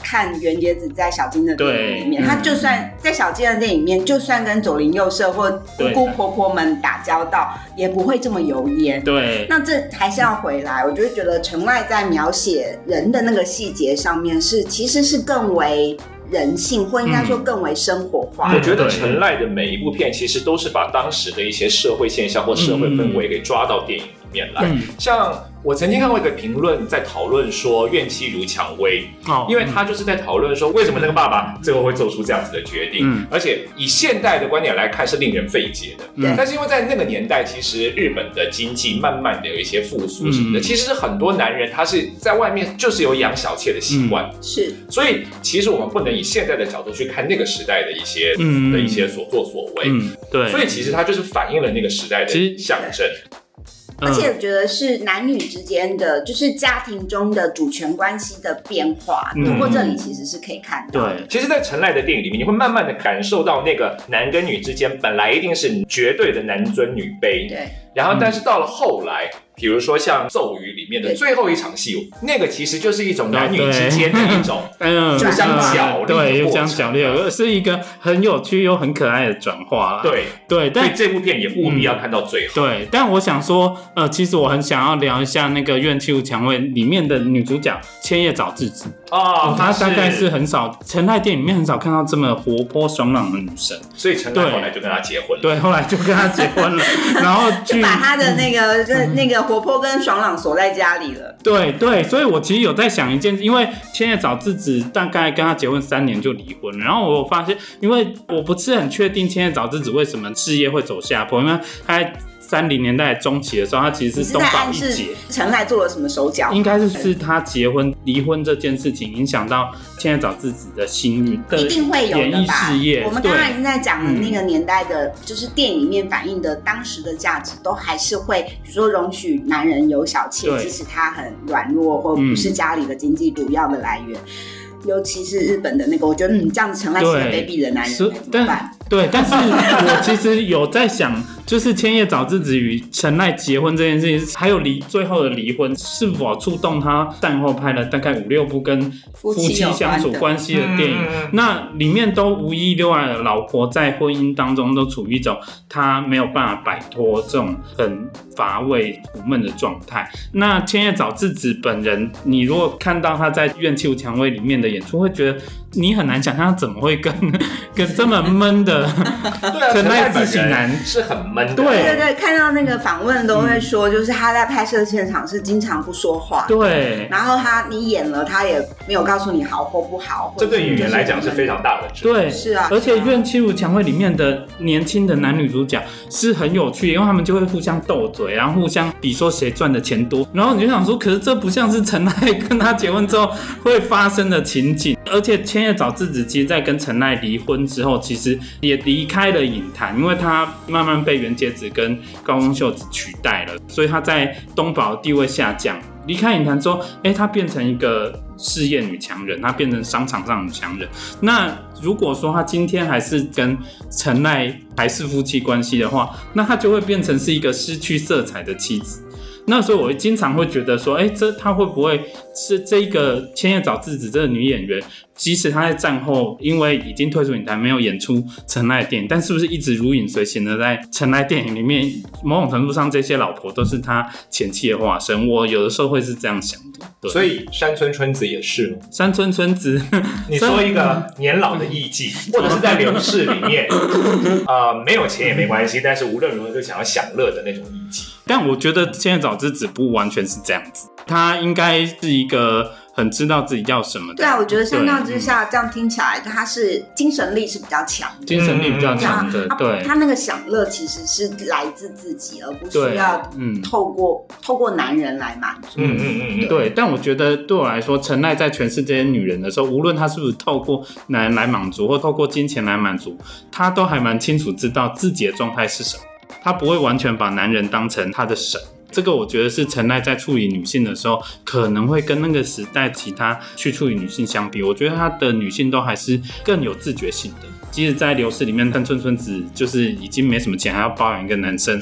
Speaker 3: 看袁洁子在小金的电影里面，
Speaker 1: 对
Speaker 3: 她
Speaker 1: 嗯
Speaker 3: 就算在小金的电影里面，就算跟左邻右舍或姑
Speaker 1: 对
Speaker 3: 姑婆婆们打交道，也不会这么油烟。
Speaker 1: 对，
Speaker 3: 那这还是要回来，我就会觉得城外在描写人的那个细节上面是其实是更为人性，或应该说更为生活化。
Speaker 2: 我觉得
Speaker 1: 对
Speaker 2: 陈赖的每一部片其实都是把当时的一些社会现象或社会氛围给抓到电影里面来。
Speaker 1: 嗯，
Speaker 2: 像我曾经看过一个评论在讨论说
Speaker 1: 嗯
Speaker 2: “怨气如蔷薇”，
Speaker 1: 哦，
Speaker 2: 因为他就是在讨论说，为什么那个爸爸最后会做出这样子的决定，
Speaker 1: 嗯
Speaker 2: 而且以现代的观点来看是令人费解的。
Speaker 1: 嗯
Speaker 2: 但是因为在那个年代，其实日本的经济慢慢的有一些复苏什么的，
Speaker 1: 嗯
Speaker 2: 其实很多男人他是在外面就是有养小妾的习惯，
Speaker 1: 嗯
Speaker 3: 是，
Speaker 2: 所以其实我们不能以现在的角度去看那个时代的一些、
Speaker 1: 嗯
Speaker 2: 的一些所作所为。
Speaker 1: 嗯，对，
Speaker 2: 所以其实它就是反映了那个时代
Speaker 1: 其
Speaker 2: 的
Speaker 1: 实
Speaker 2: 象征，
Speaker 1: 嗯
Speaker 3: 而且我觉得是男女之间的，就是家庭中的主权关系的变化，
Speaker 1: 嗯
Speaker 3: 通过这里其实是可以看到的。
Speaker 1: 对，
Speaker 2: 其实，在陈赖的电影里面，你会慢慢的感受到那个男跟女之间本来一定是绝对的男尊女卑，
Speaker 3: 对，
Speaker 2: 然后
Speaker 1: 嗯
Speaker 2: 但是到了后来，比如说像《咒语》里面的
Speaker 3: 对
Speaker 2: 最后一场戏，那个其实就是一种男女
Speaker 1: 对
Speaker 2: 之间的一种
Speaker 1: 嗯，
Speaker 3: 互相
Speaker 2: 角力的
Speaker 1: 对，
Speaker 2: 过
Speaker 1: 互相
Speaker 2: 程
Speaker 1: 角力，而是一个很有趣又很可爱的转化啦。
Speaker 2: 对，
Speaker 1: 啊对，
Speaker 2: 所以
Speaker 1: 但嗯
Speaker 2: 这部片也务必要看到最后。
Speaker 1: 对，但我想说，呃，其实我很想要聊一下那个《怨气如蔷薇》里面的女主角千叶早智子，
Speaker 2: 哦，
Speaker 1: 她
Speaker 2: 他
Speaker 1: 大概是，很少，陈太电影里面很少看到这么活泼爽朗的女生。
Speaker 2: 所以陈赖
Speaker 1: 对
Speaker 2: 后来就跟他结婚了。
Speaker 1: 对，后来就跟她结婚了， 然后
Speaker 3: 就
Speaker 1: 据
Speaker 3: 把他的那个、那那
Speaker 1: 嗯
Speaker 3: 个活泼跟爽朗锁在家里了。
Speaker 1: 对对，所以我其实有在想一件事，因为千叶早智子大概跟他结婚三年就离婚了，然后我有发现，因为我不是很确定千叶早智子为什么事业会走下坡，因为他在三零年代中期的时候，他其
Speaker 3: 你
Speaker 1: 实
Speaker 3: 是
Speaker 1: 东
Speaker 3: 在
Speaker 1: 宝
Speaker 3: 暗
Speaker 1: 一
Speaker 3: 示
Speaker 1: 姐。
Speaker 3: 陈赖做了什么手脚？
Speaker 1: 应该是是他结婚离婚这件事情影响到千叶早智子的心运，
Speaker 3: 嗯一定会有
Speaker 1: 演
Speaker 3: 的
Speaker 1: 艺
Speaker 3: 吧
Speaker 1: 事业。？
Speaker 3: 我们
Speaker 1: 对
Speaker 3: 刚刚已经在讲了那个年代的，就是电影里面反映的当时的价值，都还是会，比如说容许男人有小妾，
Speaker 1: 对
Speaker 3: 即使他很软弱或不是家里的经济主要的来源。
Speaker 1: 嗯
Speaker 3: 尤其是日本的那个，我觉得嗯，这样子成赖是个
Speaker 1: 对
Speaker 3: 卑鄙的男人，
Speaker 1: 是
Speaker 3: 该怎么
Speaker 1: 但
Speaker 3: 办？
Speaker 1: 对，但是我其实有在想，就是千叶早智子与陈奈结婚这件事情，还有离最后的离婚，是否触动他战后拍了大概五六部跟夫
Speaker 3: 夫妻
Speaker 1: 妻
Speaker 3: 有关
Speaker 1: 相处
Speaker 3: 的
Speaker 1: 关系的电影？
Speaker 2: 嗯
Speaker 1: 那里面都无一例外的，老婆在婚姻当中都处于一种她没有办法摆脱这种很乏味、苦闷的状态。那千叶早智子本人，你如果看到她在《怨气无蔷薇》里面的演出，会觉得你很难 想象她怎么会跟跟这么闷的
Speaker 2: 对
Speaker 1: 陈
Speaker 2: 啊，陈
Speaker 1: 赖
Speaker 2: 赖
Speaker 1: 自
Speaker 2: 本
Speaker 1: 己
Speaker 2: 人
Speaker 1: 男
Speaker 2: 是很闷的。
Speaker 1: 对嗯
Speaker 5: 对对，看到那个访问都会说，就是他在拍摄现场是经常不说话，
Speaker 1: 对，
Speaker 5: 然后他你演了，他也没有告诉你好或不好，
Speaker 2: 这对演员来讲是非
Speaker 5: 常
Speaker 2: 常大的折
Speaker 1: 对，
Speaker 5: 是啊
Speaker 1: 而且
Speaker 5: 是
Speaker 1: 《
Speaker 5: 啊
Speaker 1: 怨气如蔷薇》里面的年轻的男女主角是很有趣，因为他们就会互相斗嘴，然后互相比说谁赚的钱多。然后你就想说，可是这不像是陈奈 跟他结婚之后会发生的情景。而且千叶早智子其实在跟陈奈离婚之后，其实也离开了影坛，因为她慢慢被袁洁子跟高峰秀子取代了，所以她在东宝地位下降。离开影坛之后，哎、她变成一个事业女强人，她变成商场上的女强人。那如果说他今天还是跟陈奈还是夫妻关系的话，那他就会变成是一个失去色彩的妻子。那所以我经常会觉得说，哎，这他会不会是这一个千叶早智子这个女演员，即使她在战后因为已经退出影坛，没有演出陈奈的电影，但是不是一直如影随形的在陈奈电影里面？某种程度上，这些老婆都是她前妻的化身。我有的时候会是这样想的。对，
Speaker 2: 所以山村春子也是吗
Speaker 1: 山村春子，
Speaker 2: 你说一
Speaker 1: 嗯
Speaker 2: 个年老的艺妓，或者是在流逝里 面，呃，没有钱也没关系，但是无论如何就想要享乐的那种艺妓。
Speaker 1: 但我觉得现在早知子不完全是这样子，他应该是一个很知道自己要什么的。
Speaker 5: 对啊，我觉得相较之
Speaker 1: 对嗯
Speaker 5: 下，这样听起来他是精神力是比较强的。
Speaker 1: 精神力比较强的，
Speaker 3: 啊
Speaker 5: 他
Speaker 1: 对
Speaker 5: 他那个享乐其实是来自自己，而不需
Speaker 1: 对
Speaker 5: 要，
Speaker 1: 嗯。
Speaker 5: 透过透过男人来满足。
Speaker 2: 嗯嗯嗯嗯，
Speaker 1: 对，但我觉得对我来说，陈奈在诠释这些女人的时候，无论她是不是透过男人来满足，或透过金钱来满足，她都还蛮清楚知道自己的状态是什么。她不会完全把男人当成她的神，这个我觉得是陈奈在处理女性的时候，可能会跟那个时代其他去处理女性相比，我觉得她的女性都还是更有自觉性的。即使在流逝里面，但春春子就是已经没什么钱，还要包养一个男生。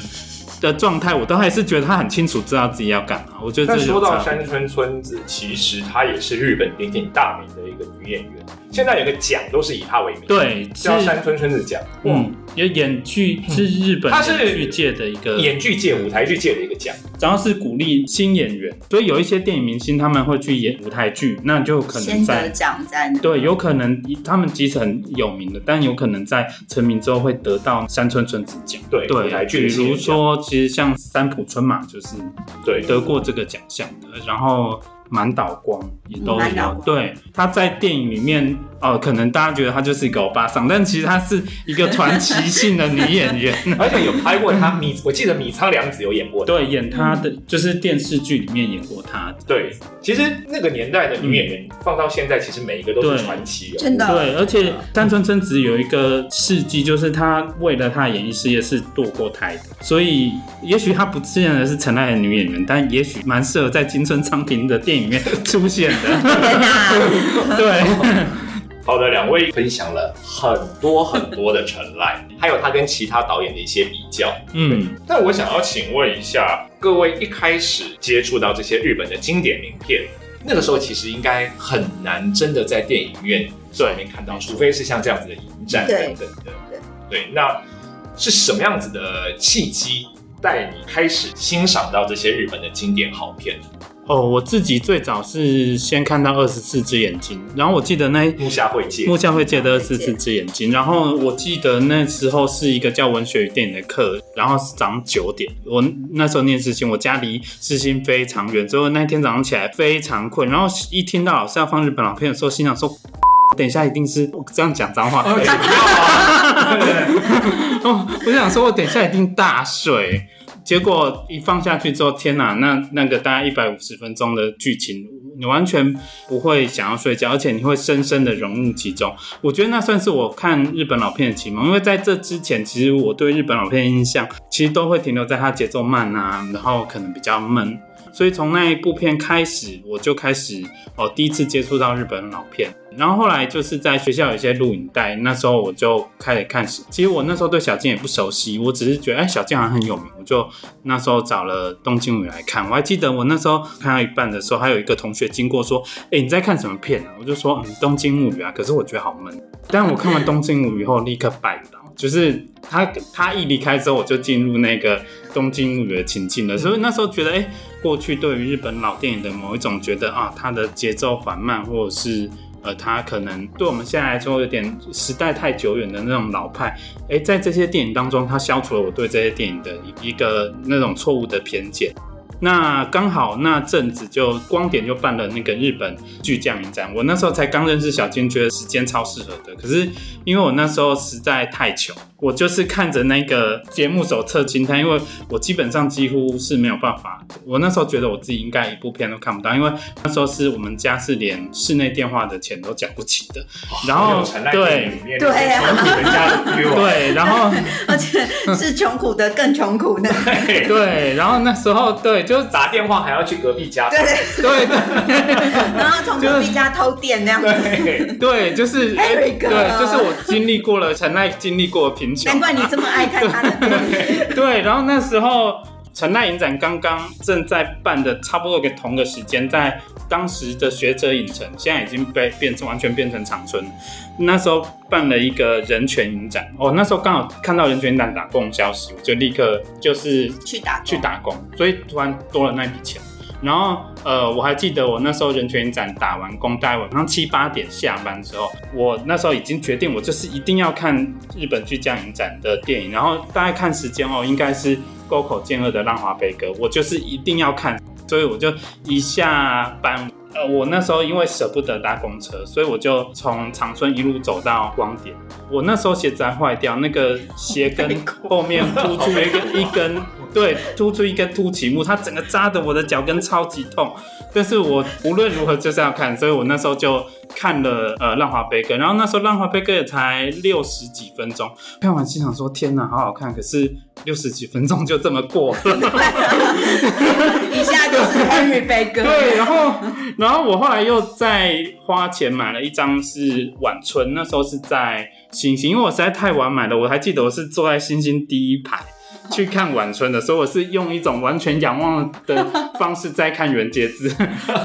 Speaker 1: 的状态，我都还是觉得她很清楚知道自己要干嘛。我觉得
Speaker 2: 但
Speaker 1: 这就
Speaker 2: 说到
Speaker 1: 差别
Speaker 2: 山村春子，其实她也是日本鼎鼎大名的一个女演员，现在有个奖都是以她为名，，
Speaker 1: 对，是
Speaker 2: 叫山村春子奖，
Speaker 1: 嗯，有演剧是日本
Speaker 2: 嗯他是
Speaker 1: 演剧界的一个，
Speaker 2: 演剧界、舞台剧界的一个奖。
Speaker 1: 然后是鼓励新演员，所以有一些电影明星他们会去演舞台剧，那就可能
Speaker 5: 先得
Speaker 1: 在。
Speaker 5: 奖在那，
Speaker 1: 对，有可能他们即使很有名的，但有可能在成名之后会得到山村春子奖。
Speaker 2: 对舞
Speaker 1: 对，
Speaker 2: 台剧
Speaker 1: 比
Speaker 2: 的新
Speaker 1: 如
Speaker 2: 人奖
Speaker 1: 说，其实像三浦春马就是
Speaker 2: 对，
Speaker 1: 得过这个奖项的，然后满岛光也都
Speaker 5: 嗯满岛
Speaker 1: 有
Speaker 5: 光。
Speaker 1: 对，他在电影里面，哦、可能大家觉得他就是一个欧巴桑，但其实他是一个传奇性的女演 员。
Speaker 2: 而且有拍过她米，我记得米仓凉子有演过她。
Speaker 1: 对，演他的、就是电视剧里面演过他的。
Speaker 2: 对，其实那个年代的女演员放到现在，其实每一个都是传奇哦。
Speaker 5: 真的
Speaker 1: 嗯对，而且山村春子有一个事迹，就是她为了她的演艺事业是堕过胎的，所以也许她不自然的是陈奈的女演员，但也许蛮适合在金村昌平的电影里面出现 的。 对，
Speaker 2: 好的，两位分享了很多很多的陈赖，还有她跟其他导演的一些比较。
Speaker 1: 嗯。
Speaker 2: 那我想要请问一下各位，一开始接触到这些日本的经典名片，那个时候其实应该很难真的在电影院上面看到，除非是像这样子的影展等
Speaker 5: 对
Speaker 2: 等的。对，那是什么样子的契机带你开始欣赏到这些日本的经典好片？
Speaker 1: 哦，我自己最早是先看到二十四只眼睛，然后我记得那
Speaker 2: 木下惠介
Speaker 1: 木下会借的二十四只眼睛，然后我记得那时候是一个叫文学与电影的课，然后是早上九点，我那时候念世新，我家离世新非常远，所以我那天早上起来非常困，然后一听到老师要放日本老片的时候，心想说。 等一下，一定是我这样讲脏话。
Speaker 2: 哦请不要啊
Speaker 1: 哦， 我想说，我等一下一定大睡。结果一放下去之后，天哪，那那个大概一百五十分钟的剧情，你完全不会想要睡觉，而且你会深深的融入其中。我觉得那算是我看日本老片的启蒙，因为在这之前，其实我对日本老片的印象其实都会停留在它节奏慢啊，然后可能比较闷。所以从那一部片开始，我就开始哦，第一次接触到日本老片。然后后来就是在学校有一些录影带，那时候我就开始看。其实我那时候对小静也不熟悉，我只是觉得哎，小静好像很有名，我就那时候找了东京舞来看。我还记得我那时候看到一半的时候，还有一个同学经过说：“哎，你在看什么片啊？”我就说：“嗯，东京物语啊。”可是我觉得好闷。但我看完《东京物语》后，立刻拜倒。就是他他一离开之后，我就进入那个《东京物语》的情境了。所以那时候觉得，哎、过去对于日本老电影的某一种觉得啊，它的节奏缓慢，或者是呃，它可能对我们现在来说有点时代太久远的那种老派。哎，在这些电影当中，它消除了我对这些电影的一一个那种错误的偏见。那刚好那阵子就光点就办了那个日本巨匠影展，我那时候才刚认识小金，觉得时间超适合的。可是因为我那时候实在太穷，我就是看着那个节目手册清单，因为我基本上几乎是没有办法。我那时候觉得我自己应该一部片都看不到，因为那时候是我们家是连室内电话的钱都缴不起 的。然后对
Speaker 2: 对
Speaker 3: 对啊
Speaker 2: 人家的 view 啊
Speaker 1: 对，然后
Speaker 3: 而且是穷苦的更穷苦的，
Speaker 2: 对，
Speaker 1: 对，然后那时候对就
Speaker 2: 打电话还要去隔壁家，
Speaker 3: 对，
Speaker 1: 对对。
Speaker 3: 然后从隔壁家偷电那样子。
Speaker 2: 对，
Speaker 1: 对，就是
Speaker 3: Eric
Speaker 1: 对，就是我经历过了陈赖经历过的贫穷
Speaker 3: 难，怪你这么爱看他的电 影。
Speaker 1: 对，然后那时候陈赖影展刚刚正在办的，差不多跟同个时间，在当时的学者影城，现在已经被变成完全变成长春了。那时候办了一个人权影展，哦，那时候刚好看到人权影展打工的消息，我就立刻就是
Speaker 3: 去打工
Speaker 1: 去打工，所以突然多了那笔钱。然后，呃，我还记得我那时候人权影展打完工，大概晚上七八点下班之后，我那时候已经决定，我就是一定要看日本巨匠影展的电影。然后大概看时间哦，应该是沟口健二的《浪花悲歌》，我就是一定要看，所以我就一下班。呃，我那时候因为舍不得搭公车，所以我就从长春一路走到光点。我那时候鞋子还坏掉，那个鞋跟后面突出一个一根，对，突出一根凸起木，它整个扎的我的脚跟超级痛。但是我无论如何就是要看，所以我那时候就看了呃《浪花悲歌》，然后那时候《浪花悲歌》也才六十几分钟，看完心想说天哪，好好看，可是六十几分钟就这么过了。
Speaker 3: 一下就是 Henry 悲 歌。
Speaker 1: 对，然后然后我后来又再花钱买了一张是晚春，那时候是在星星，因为我实在太晚买了，我还记得我是坐在星星第一排。去看晚春的，所以我是用一种完全仰望的方式在看《原节制》，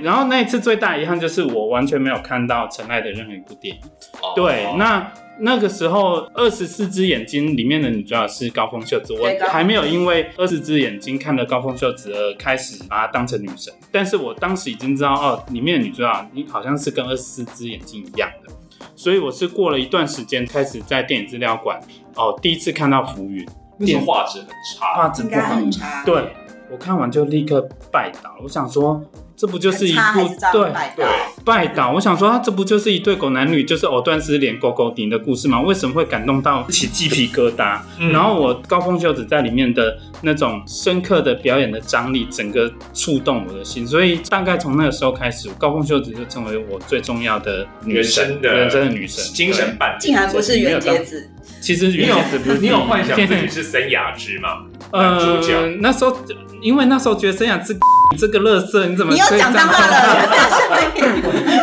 Speaker 1: 然后那一次最大遗憾就是我完全没有看到陈爱的任何一部电影。
Speaker 2: 哦
Speaker 1: 对，那那个时候《二十四只眼睛》里面的女主角是高峰秀子，我
Speaker 3: 对高
Speaker 1: 还没有因为《二十四只眼睛》看了高峰秀子而开始把她当成女神，但是我当时已经知道哦，里面的女主角你好像是跟《二十四只眼睛》一样的，所以我是过了一段时间开始在电影资料馆哦第一次看到浮云，
Speaker 2: 那时候画质很差，
Speaker 1: 画质
Speaker 3: 应
Speaker 1: 不
Speaker 3: 该
Speaker 1: 好，
Speaker 3: 很差。
Speaker 1: 对我看完就立刻拜倒，我想说这不就是一
Speaker 3: 很差
Speaker 1: 部
Speaker 3: 还是照
Speaker 1: 对
Speaker 3: 样拜
Speaker 2: 对
Speaker 3: 倒。
Speaker 1: 拜倒，我想说，啊他这不就是一对狗男女，就是藕断丝连、狗狗顶的故事吗？为什么会感动到起鸡皮疙瘩？
Speaker 2: 嗯
Speaker 1: 然后我高峰秀子在里面的那种深刻的表演的张力，整个触动我的心，所以大概从那个时候开始，高峰秀子就成为我最重要的女
Speaker 2: 人
Speaker 1: 神
Speaker 2: 生，的
Speaker 1: 人生的女神，
Speaker 2: 精神伴侣
Speaker 3: 竟。然不是袁洁子，
Speaker 1: 对。其实
Speaker 2: 你
Speaker 1: 原
Speaker 2: 有
Speaker 1: 有子不是
Speaker 2: 你有幻 想自己是森雅之吗？男主角
Speaker 1: 呃，那时候因为那时候觉得生养这 这个乐色，你怎么
Speaker 3: 你又
Speaker 1: 可以
Speaker 3: 讲
Speaker 1: 这
Speaker 3: 脏
Speaker 1: 样
Speaker 3: 话 了？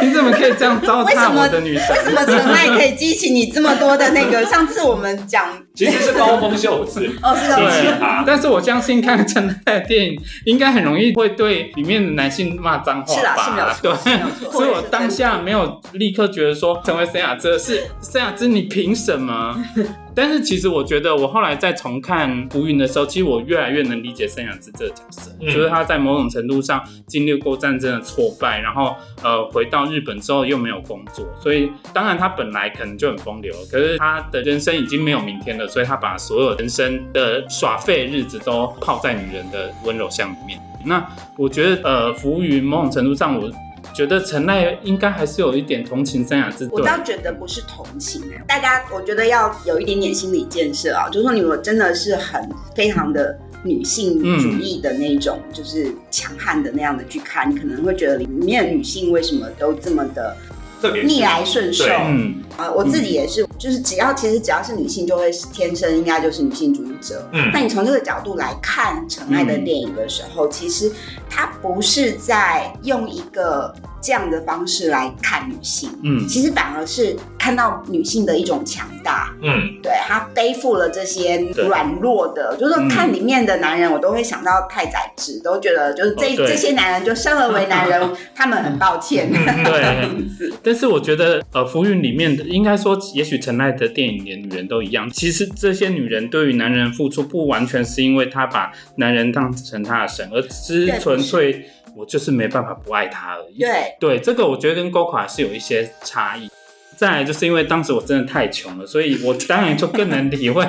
Speaker 1: 你怎么可以这样糟
Speaker 3: 为什
Speaker 1: 蹋
Speaker 3: 么
Speaker 1: 我的女神
Speaker 3: 为？什么纯爱可以激起你这么多的那 个？上次我们讲
Speaker 2: 其实是高峰秀子，
Speaker 3: 哦，是
Speaker 2: 对
Speaker 3: 的，
Speaker 2: 激
Speaker 3: 是
Speaker 2: 起
Speaker 3: 的
Speaker 2: 他
Speaker 1: 但是我相信看陈太的电影，应该很容易会对里面的男性骂脏话
Speaker 3: 是啦，是没有
Speaker 1: 吧？
Speaker 3: 错，
Speaker 1: 对。
Speaker 3: 是没有错。
Speaker 1: 所以我当下没有立刻觉得说成为沈雅芝是沈雅芝，你凭什么？ 但是其实我觉得，我后来再重看《浮云》的时候，其实我越来越能理解沈雅芝这个角色，
Speaker 2: 嗯
Speaker 1: 就是她在某种程度上经历过战争的挫败，然后呃回到日本之后又没有工作，所以当然她本来可能就很风流，可是她的人生已经没有明天了，所以她把所有人生的耍废日子都泡在女人的温柔乡里面。那我觉得呃，浮云某种程度上，我觉得陈赖应该还是有一点同情三雅之
Speaker 3: 我
Speaker 1: 对。
Speaker 3: 倒觉得不是同情哎、大家我觉得要有一点点心理建设啊，就是说你如果真的是很非常的女性主义的那种，
Speaker 1: 嗯
Speaker 3: 就是强悍的那样的去看，你可能会觉得里面的女性为什么都这么的
Speaker 2: 特别
Speaker 3: 逆来顺受
Speaker 2: 对
Speaker 1: 嗯，
Speaker 3: 啊？我自己也是，就是只要其实只要是女性，就会是天生应该就是女性主义者。
Speaker 2: 嗯
Speaker 3: 那你从这个角度来看陈爱
Speaker 1: 嗯
Speaker 3: 的电影的时候，其实她不是在用一个这样的方式来看女性，
Speaker 1: 嗯
Speaker 3: 其实反而是看到女性的一种强大，
Speaker 2: 嗯，
Speaker 3: 对她背负了这些
Speaker 1: 对
Speaker 3: 软弱的，就是说
Speaker 1: 嗯
Speaker 3: 看里面的男人，我都会想到太宰治，都觉得就是这、
Speaker 1: 哦对
Speaker 3: 这些男人就生而为 男人，他们很抱歉。
Speaker 1: 嗯
Speaker 2: 嗯
Speaker 1: 对。但是我觉得，呃，《浮云》里面的应该说，也许陈赖的电影连女人都一样。其实这些女人对于男人的付出，不完全是因为她把男人当成她的神，而是
Speaker 3: 对
Speaker 1: 纯粹我就是没办法不爱他而已。
Speaker 5: 对，
Speaker 1: 对，这个我觉得跟 Go 卡是有一些差异。再来就是因为当时我真的太穷了，所以我当然就更能体会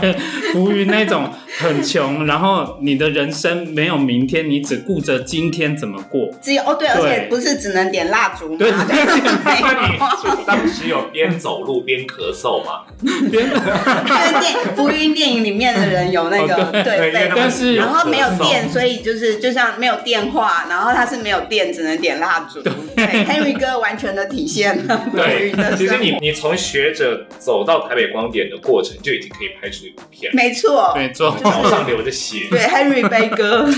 Speaker 1: 浮云那种很穷，然后你的人生没有明天，你只顾着今天怎么过。
Speaker 5: 只有哦对，而且不是只能点蜡烛吗？
Speaker 1: 对，
Speaker 2: 那你当时有边走路边咳嗽吗？
Speaker 1: 别
Speaker 5: 因为电浮云电影里面的人有那
Speaker 1: 哦
Speaker 5: 个对
Speaker 2: 因为
Speaker 5: 被
Speaker 2: 他们
Speaker 1: 但是
Speaker 5: 然后没有电，
Speaker 2: 咳
Speaker 5: 所以就是就像没有电话，然后他是没有电，只能点蜡烛。对，Henry 哥完全的体现了
Speaker 2: 嗽。
Speaker 5: 美云
Speaker 2: 对，
Speaker 5: 的
Speaker 2: 其实
Speaker 5: 生
Speaker 2: 你
Speaker 5: 活。
Speaker 2: 你从学者走到台北光点的过程就已经可以拍出一部片，
Speaker 5: 没错，
Speaker 1: 没错，
Speaker 2: 脚上流着血。
Speaker 5: 对 Henry 悲歌，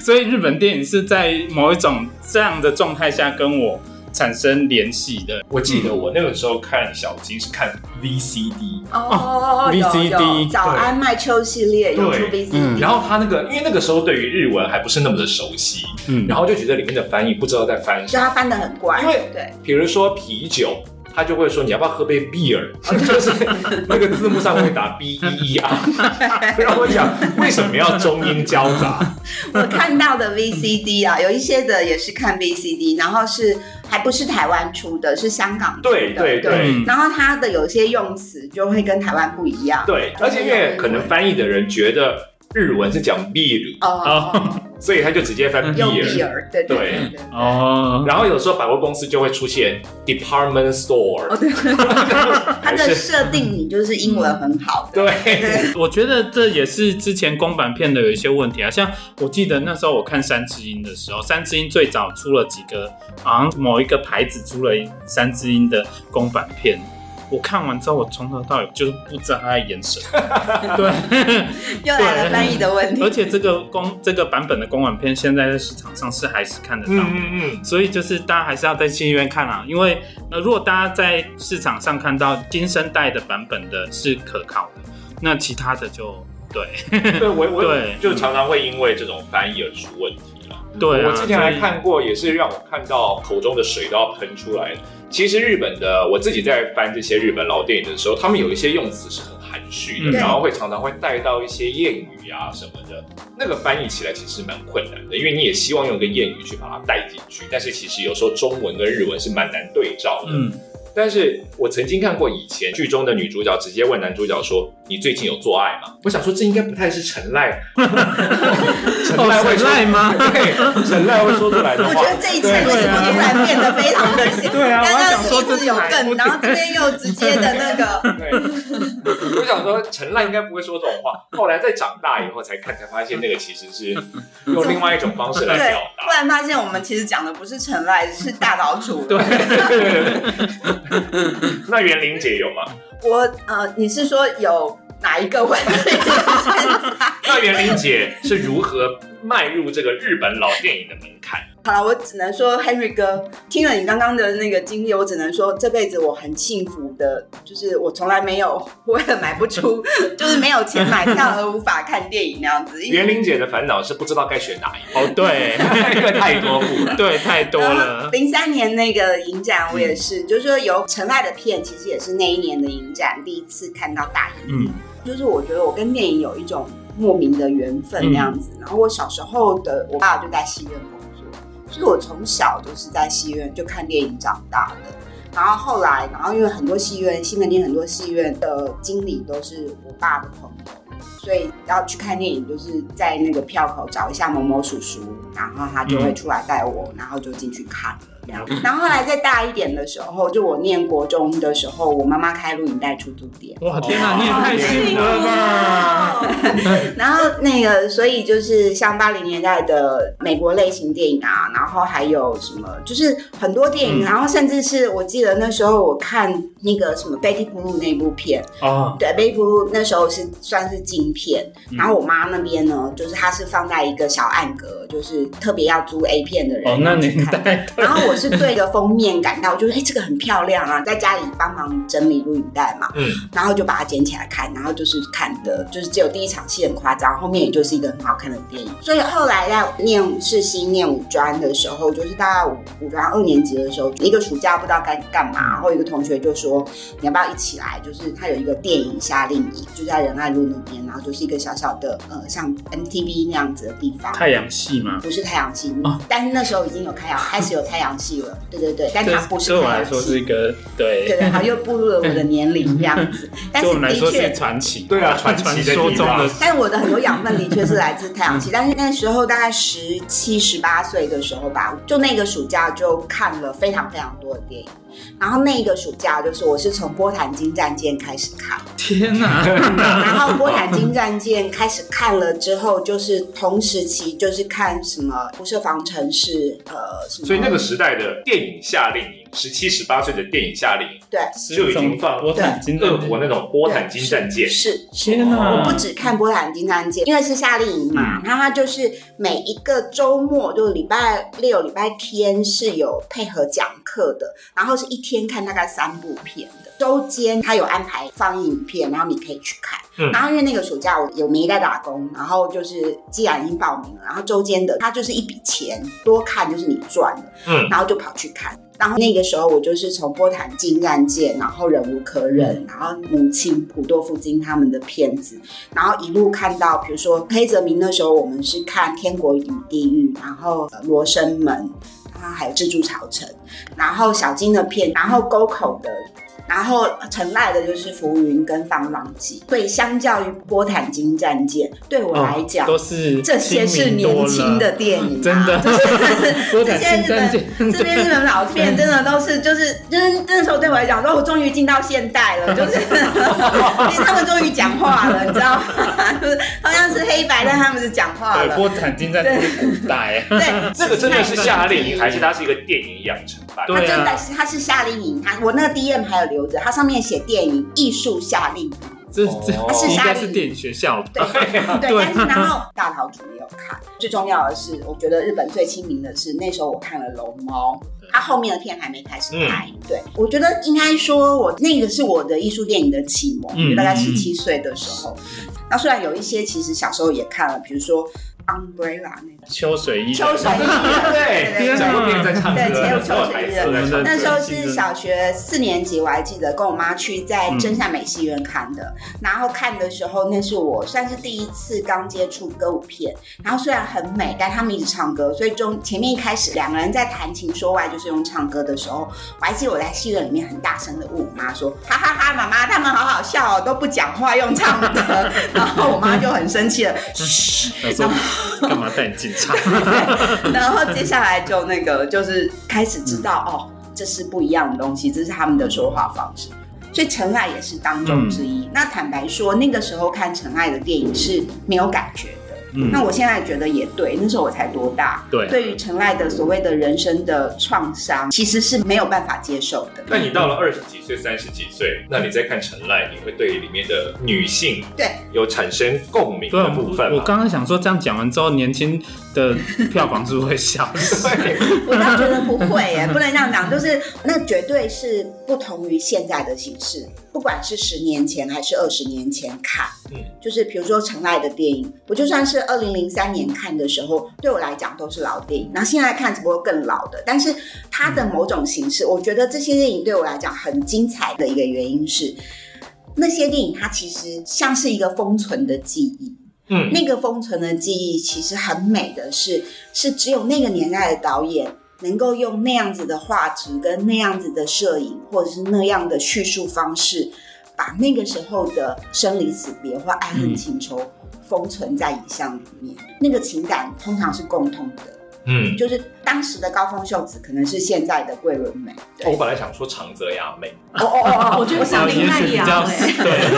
Speaker 1: 所以日本电影是在某一种这样的状态下跟我产生联系的。
Speaker 2: 我记得我那个时候看小金是看 VCD，
Speaker 5: 哦有
Speaker 1: VCD
Speaker 5: 有早安麦秋系列有出
Speaker 2: 对嗯
Speaker 5: VCD，
Speaker 2: 然后他那个因为那个时候对于日文还不是那么的熟悉，
Speaker 1: 嗯，
Speaker 2: 然后就觉得里面的翻译不知道在翻
Speaker 5: 就
Speaker 2: 什么。
Speaker 5: 他翻的很怪，
Speaker 2: 因为
Speaker 5: 对
Speaker 2: 比如说啤酒，他就会说你要不要喝杯 beer，就是 那个字幕上会打 b e e r，让我想为什么要中英交杂？
Speaker 5: 我看到的 VCD 啊，有一些的也是看 VCD，然后是还不是台湾出的，是香港出的，
Speaker 2: 对对对
Speaker 1: 对
Speaker 5: 然后它的有些用词就会跟台湾不一样，
Speaker 2: 对，而且因为可能翻译的人觉得日文是讲 beer，
Speaker 5: 哦，
Speaker 2: 所以他就直接
Speaker 3: 嗯
Speaker 2: 翻
Speaker 5: 用比
Speaker 2: beer。
Speaker 5: 尔，对对对对。
Speaker 1: 哦，
Speaker 2: 然后有时候百货公司就会出现 department
Speaker 5: 哦，
Speaker 2: store，
Speaker 5: 对，它
Speaker 2: 还
Speaker 5: 的
Speaker 2: 是
Speaker 5: 设定你就是英文很好的，
Speaker 2: 对
Speaker 1: 我觉得这也是之前公版片的有一些问题啊，像我记得那时候我看《三只鹰》的时候，《三只鹰》最早出了几个，好像某一个牌子出了《三只鹰》的公版片。我看完之后，我从头到尾就是不知道他在演什么。对，
Speaker 5: 又来了翻译的问
Speaker 1: 而
Speaker 5: 题。
Speaker 1: 且这个公这个版本的公版片，现在在市场上是还是看得到
Speaker 2: 嗯
Speaker 1: 的。
Speaker 2: 嗯嗯。
Speaker 1: 所以就是大家还是要在戏院看啊，因为那如果大家在市场上看到新生代的版本的是可靠的，那其他的就对
Speaker 2: 嗯对我我
Speaker 1: 对
Speaker 2: 就常常会因为这种翻译而出问题了。
Speaker 1: 对啊。
Speaker 2: 我之前
Speaker 1: 所以
Speaker 2: 还看过，也是让我看到口中的水都要喷出来。其实日本的我自己在翻这些日本老电影的时候，他们有一些用词是很含蓄的，
Speaker 1: 嗯
Speaker 2: 然后会常常会带到一些谚语啊什么的。那个翻译起来其实蛮困难的，因为你也希望用一个谚语去把它带进去，但是其实有时候中文跟日文是蛮难对照的。
Speaker 1: 嗯，
Speaker 2: 但是我曾经看过以前剧中的女主角直接问男主角说：“你最近有做爱吗？”我想说这应该不太是 陈赖，陈赖
Speaker 1: 哦
Speaker 2: 会
Speaker 1: 陈
Speaker 2: 说
Speaker 1: 赖吗？
Speaker 2: 对，陈赖会说出来的
Speaker 5: 我
Speaker 2: 话。
Speaker 5: 觉得这一切
Speaker 2: 对
Speaker 5: 为什么突然变得非常的新？
Speaker 1: 对啊我
Speaker 5: 刚
Speaker 1: 还
Speaker 5: 刚
Speaker 1: 想
Speaker 5: 是
Speaker 1: 说
Speaker 5: 一直
Speaker 1: 这是
Speaker 5: 有
Speaker 1: 哪一部
Speaker 5: 梗，然后这边又直接的那个，
Speaker 2: 对，啊我想说陈赖应该不会说这种话。后来在长大以后才看，才发现那个其实 是用另外一种方式来
Speaker 5: 对
Speaker 2: 表，
Speaker 5: 突
Speaker 2: 达。
Speaker 5: 然发现我们其实讲的不是陈赖，是大老鼠。
Speaker 1: 对
Speaker 2: 对对对对那袁玲姐有吗？
Speaker 5: 我呃，你是说有哪一个会
Speaker 2: 那袁玲姐是如何迈入这个日本老电影的门槛？
Speaker 5: 好了，我只能说 Henry 哥，听了你刚刚的那个经历，我只能说这辈子我很幸福的，就是我从来没有为了买不出， 就是没有钱买票而无法看电影那样子。
Speaker 2: 袁玲姐的烦恼是不知道该选哪一
Speaker 1: 哦对
Speaker 2: 个，因为太多部了。
Speaker 1: 对，太多了。
Speaker 5: 零三年那个影展，我也是，就是说由陈赖的片，其实也是那一年的影展第一次看到大荧幕。
Speaker 1: 嗯
Speaker 5: 就是我觉得我跟电影有一种莫名的缘分那样子。然后我小时候的我爸就在戏院工作，所以我从小就是在戏院就看电影长大的。然后后来，然后因为很多戏院，西门町很多戏院的经理都是我爸的朋友，所以要去看电影，就是在那个票口找一下某某叔叔，然后他就会出来带我，然后就进去看了。这样然后后来再大一点的时候，就我念国中的时候，我妈妈开录影带出租店，
Speaker 1: 哇，天哪，你也
Speaker 2: 哦
Speaker 1: 太幸福了吧！
Speaker 5: 然后那个，所以就是像八零年代的美国类型电影啊，然后还有什么，就是很多电影，
Speaker 1: 嗯
Speaker 5: 然后甚至是我记得那时候我看那个什么《贝蒂普鲁》那部片，
Speaker 1: 哦，
Speaker 5: 对，《贝蒂普鲁》那时候是算是禁片，
Speaker 1: 嗯
Speaker 5: 然后我妈那边呢，就是她是放在一个小暗格，就是特别要租 A 片的人
Speaker 1: 哦，那
Speaker 5: 要去
Speaker 1: 年
Speaker 5: 看。
Speaker 1: 代
Speaker 5: 然后我我是对着封面感到，就是哎、这个很漂亮啊，在家里帮忙整理录影带嘛，
Speaker 2: 嗯，
Speaker 5: 然后就把它捡起来看，然后就是看的，就是只有第一场戏很夸张，后面也就是一个很好看的电影。所以后来在念世新念五专的时候，就是大概五五专二年级的时候，一个暑假不知道该干嘛，然后一个同学就说你要不要一起来？就是他有一个电影夏令营，就在仁爱路那边，然后就是一个小小的呃像 MTV 那样子的地方。
Speaker 1: 太阳系嘛，
Speaker 5: 不是太阳系，
Speaker 1: 哦
Speaker 5: 但是那时候已经有开阳，开始有太阳系了。对对对，但
Speaker 1: 对
Speaker 5: 它不是
Speaker 1: 对我
Speaker 5: 太
Speaker 1: 来
Speaker 5: 阳
Speaker 1: 说是一
Speaker 5: 系。
Speaker 1: 个对，
Speaker 5: 对对，好，又步入了我的年龄这样子，但
Speaker 1: 对
Speaker 5: 是
Speaker 1: 我们来说
Speaker 5: 的确
Speaker 1: 是传奇，
Speaker 2: 对啊，传
Speaker 1: 传
Speaker 2: 奇的
Speaker 1: 说
Speaker 2: 地
Speaker 1: 中
Speaker 2: 方
Speaker 1: 的，
Speaker 5: 但我的很多养分的确是来自太阳系， 但是那时候大概十七、十八岁的时候吧，就那个暑假就看了非常非常多的电影。然后那个暑假就是我是从《波坦金战舰》开始看，
Speaker 1: 天哪！
Speaker 5: 然后《波坦金战舰》开始看了之后，就是同时期就是看什么《不设防城市》呃什么，
Speaker 2: 所以那个时代的电影夏令营，十七十八岁的电影夏令营，
Speaker 5: 对
Speaker 2: 就已经放
Speaker 1: 我坦金
Speaker 2: 俄国那种波坦金战舰，
Speaker 5: 是
Speaker 1: 天
Speaker 2: 我
Speaker 1: 哪！
Speaker 5: 不只看波兰金山舰，因为是夏令营
Speaker 2: 嗯
Speaker 5: 嘛，然后它就是每一个周末，就是礼拜六、礼拜天是有配合讲课的，然后是一天看大概三部片的。周间它有安排放映影片，然后你可以去看。
Speaker 2: 嗯
Speaker 5: 然后因为那个暑假我有没在打工，然后就是既然已经报名了，然后周间的它就是一笔钱，多看就是你赚的，
Speaker 2: 嗯，
Speaker 5: 然后就跑去看。然后那个时候我就是从波坦金战舰，然后忍无可
Speaker 1: 嗯
Speaker 5: 忍，然后母亲普多夫金他们的片子，然后一路看到，比如说黑泽明那时候我们是看《天国与地狱》，然后呃《罗生门》，然后还有《蜘蛛巢城》，然后小金的片，然后沟口的。然后承赖的就是浮云跟放浪记，所以相较于波坦金战舰，对我来讲，
Speaker 1: 哦都是
Speaker 5: 这些是年轻的电影、啊，
Speaker 1: 真 的
Speaker 5: 就是
Speaker 1: 波
Speaker 5: 这
Speaker 1: 坦
Speaker 5: 些
Speaker 1: 金
Speaker 5: 日
Speaker 1: 战舰，
Speaker 5: 本 这些日本老片真的都是就是就是那时候对我来讲，说我终于进到现代 了，就是因为他们终于讲话了，你知道吗？ 就是好像是黑白，但他们是讲话
Speaker 1: 对
Speaker 5: 了。
Speaker 1: 波坦金战舰是古代，
Speaker 5: 对，啊
Speaker 2: 这个真的是夏令营，还是
Speaker 5: 他？
Speaker 2: 它是一个电影养成班？
Speaker 1: 对
Speaker 5: 它
Speaker 1: 啊
Speaker 5: 真的是，它是夏令营，它我那个 DM 还有留着，它上面写电影艺术夏令营，
Speaker 1: 这
Speaker 2: 哦
Speaker 1: 这
Speaker 2: 它是
Speaker 1: 应
Speaker 5: 夏
Speaker 1: 该
Speaker 5: 令
Speaker 1: 是电影学校的。
Speaker 5: 对 对，
Speaker 1: 对
Speaker 5: 但是然后大逃主也有看，最重要的是，我觉得日本最亲民的是那时候我看了《龙猫》，它后面的片还没开始拍。
Speaker 1: 嗯
Speaker 5: 对，我觉得应该说我那个是我的艺术电影的启蒙，
Speaker 1: 嗯
Speaker 5: 大概十七岁的时候。那虽然有一些其实小时候也看了，比如说《Umbrella》那个
Speaker 1: 秋水一，
Speaker 5: 秋水一人，
Speaker 2: 对，
Speaker 1: 天
Speaker 2: 讲
Speaker 1: 啊
Speaker 2: 过别人在唱歌，
Speaker 5: 对前有
Speaker 2: 然后
Speaker 5: 秋水
Speaker 2: 台
Speaker 5: 一
Speaker 2: 词
Speaker 5: 人
Speaker 2: 在唱歌
Speaker 5: 那时候是小学四年级，我还记得跟我妈去在真善美戏院看的。然后看的时候，那是我算是第一次刚接触歌舞片。然后虽然很美，但他们一直唱歌，所以中前面一开始两个人在谈情说爱，就是用唱歌的时候，我还记得我在戏院里面很大声的问我妈说：“哈哈哈妈妈，他们好好笑哦，都不讲话，用唱的。” 然后我妈就很生气了，嘘。
Speaker 1: 想说干嘛带你进场？
Speaker 5: 然后接下来就那个就是开始知道、哦，这是不一样的东西，这是他们的说话方式。所以《尘爱》也是当中之
Speaker 1: 嗯
Speaker 5: 一。那坦白说，那个时候看《尘爱》的电影是没有感觉的。
Speaker 1: 嗯
Speaker 5: 那我现在觉得也对，那时候我才多大？
Speaker 1: 对
Speaker 5: 对于尘爱的所谓的人生的创伤，其实是没有办法接受的。
Speaker 2: 那你到了二十几岁、三十几岁，那你再看陈赖，你会对里面的女性
Speaker 5: 对
Speaker 2: 有产生共鸣
Speaker 1: 对，
Speaker 2: 的部分
Speaker 1: 我我
Speaker 2: 吗？
Speaker 1: 刚刚想说，这样讲完之后，年轻的票房是不是会消失？
Speaker 2: 对，
Speaker 5: 我倒觉得不会耶，不能这样讲，就是那绝对是不同于现在的形式，不管是十年前还是二十年前看，
Speaker 2: 嗯
Speaker 5: 嗯，就是比如说陈爱的电影，我就算是二零零三年看的时候，对我来讲都是老电影，然后现在看只不过更老的，但是它的某种形式，我觉得这些电影对我来讲很精彩的一个原因是。那些电影它其实像是一个封存的记忆，
Speaker 2: 嗯，
Speaker 5: 那个封存的记忆其实很美的是，是只有那个年代的导演能够用那样子的画质跟那样子的摄影，或者是那样的叙述方式，把那个时候的生离死别或爱恨情仇封存在影像里面。那个情感通常是共通的，
Speaker 2: 嗯，
Speaker 5: 就是当时的高峰秀子可能是现在的桂纶镁。对，
Speaker 2: 我本来想说长泽雅美，
Speaker 5: 哦哦哦哦，我
Speaker 3: 我觉得
Speaker 5: 想
Speaker 3: 是
Speaker 1: 也
Speaker 3: 林
Speaker 1: 许
Speaker 3: 奈
Speaker 1: 比
Speaker 3: 亚
Speaker 1: 较
Speaker 3: 欸
Speaker 1: 对，
Speaker 5: 哎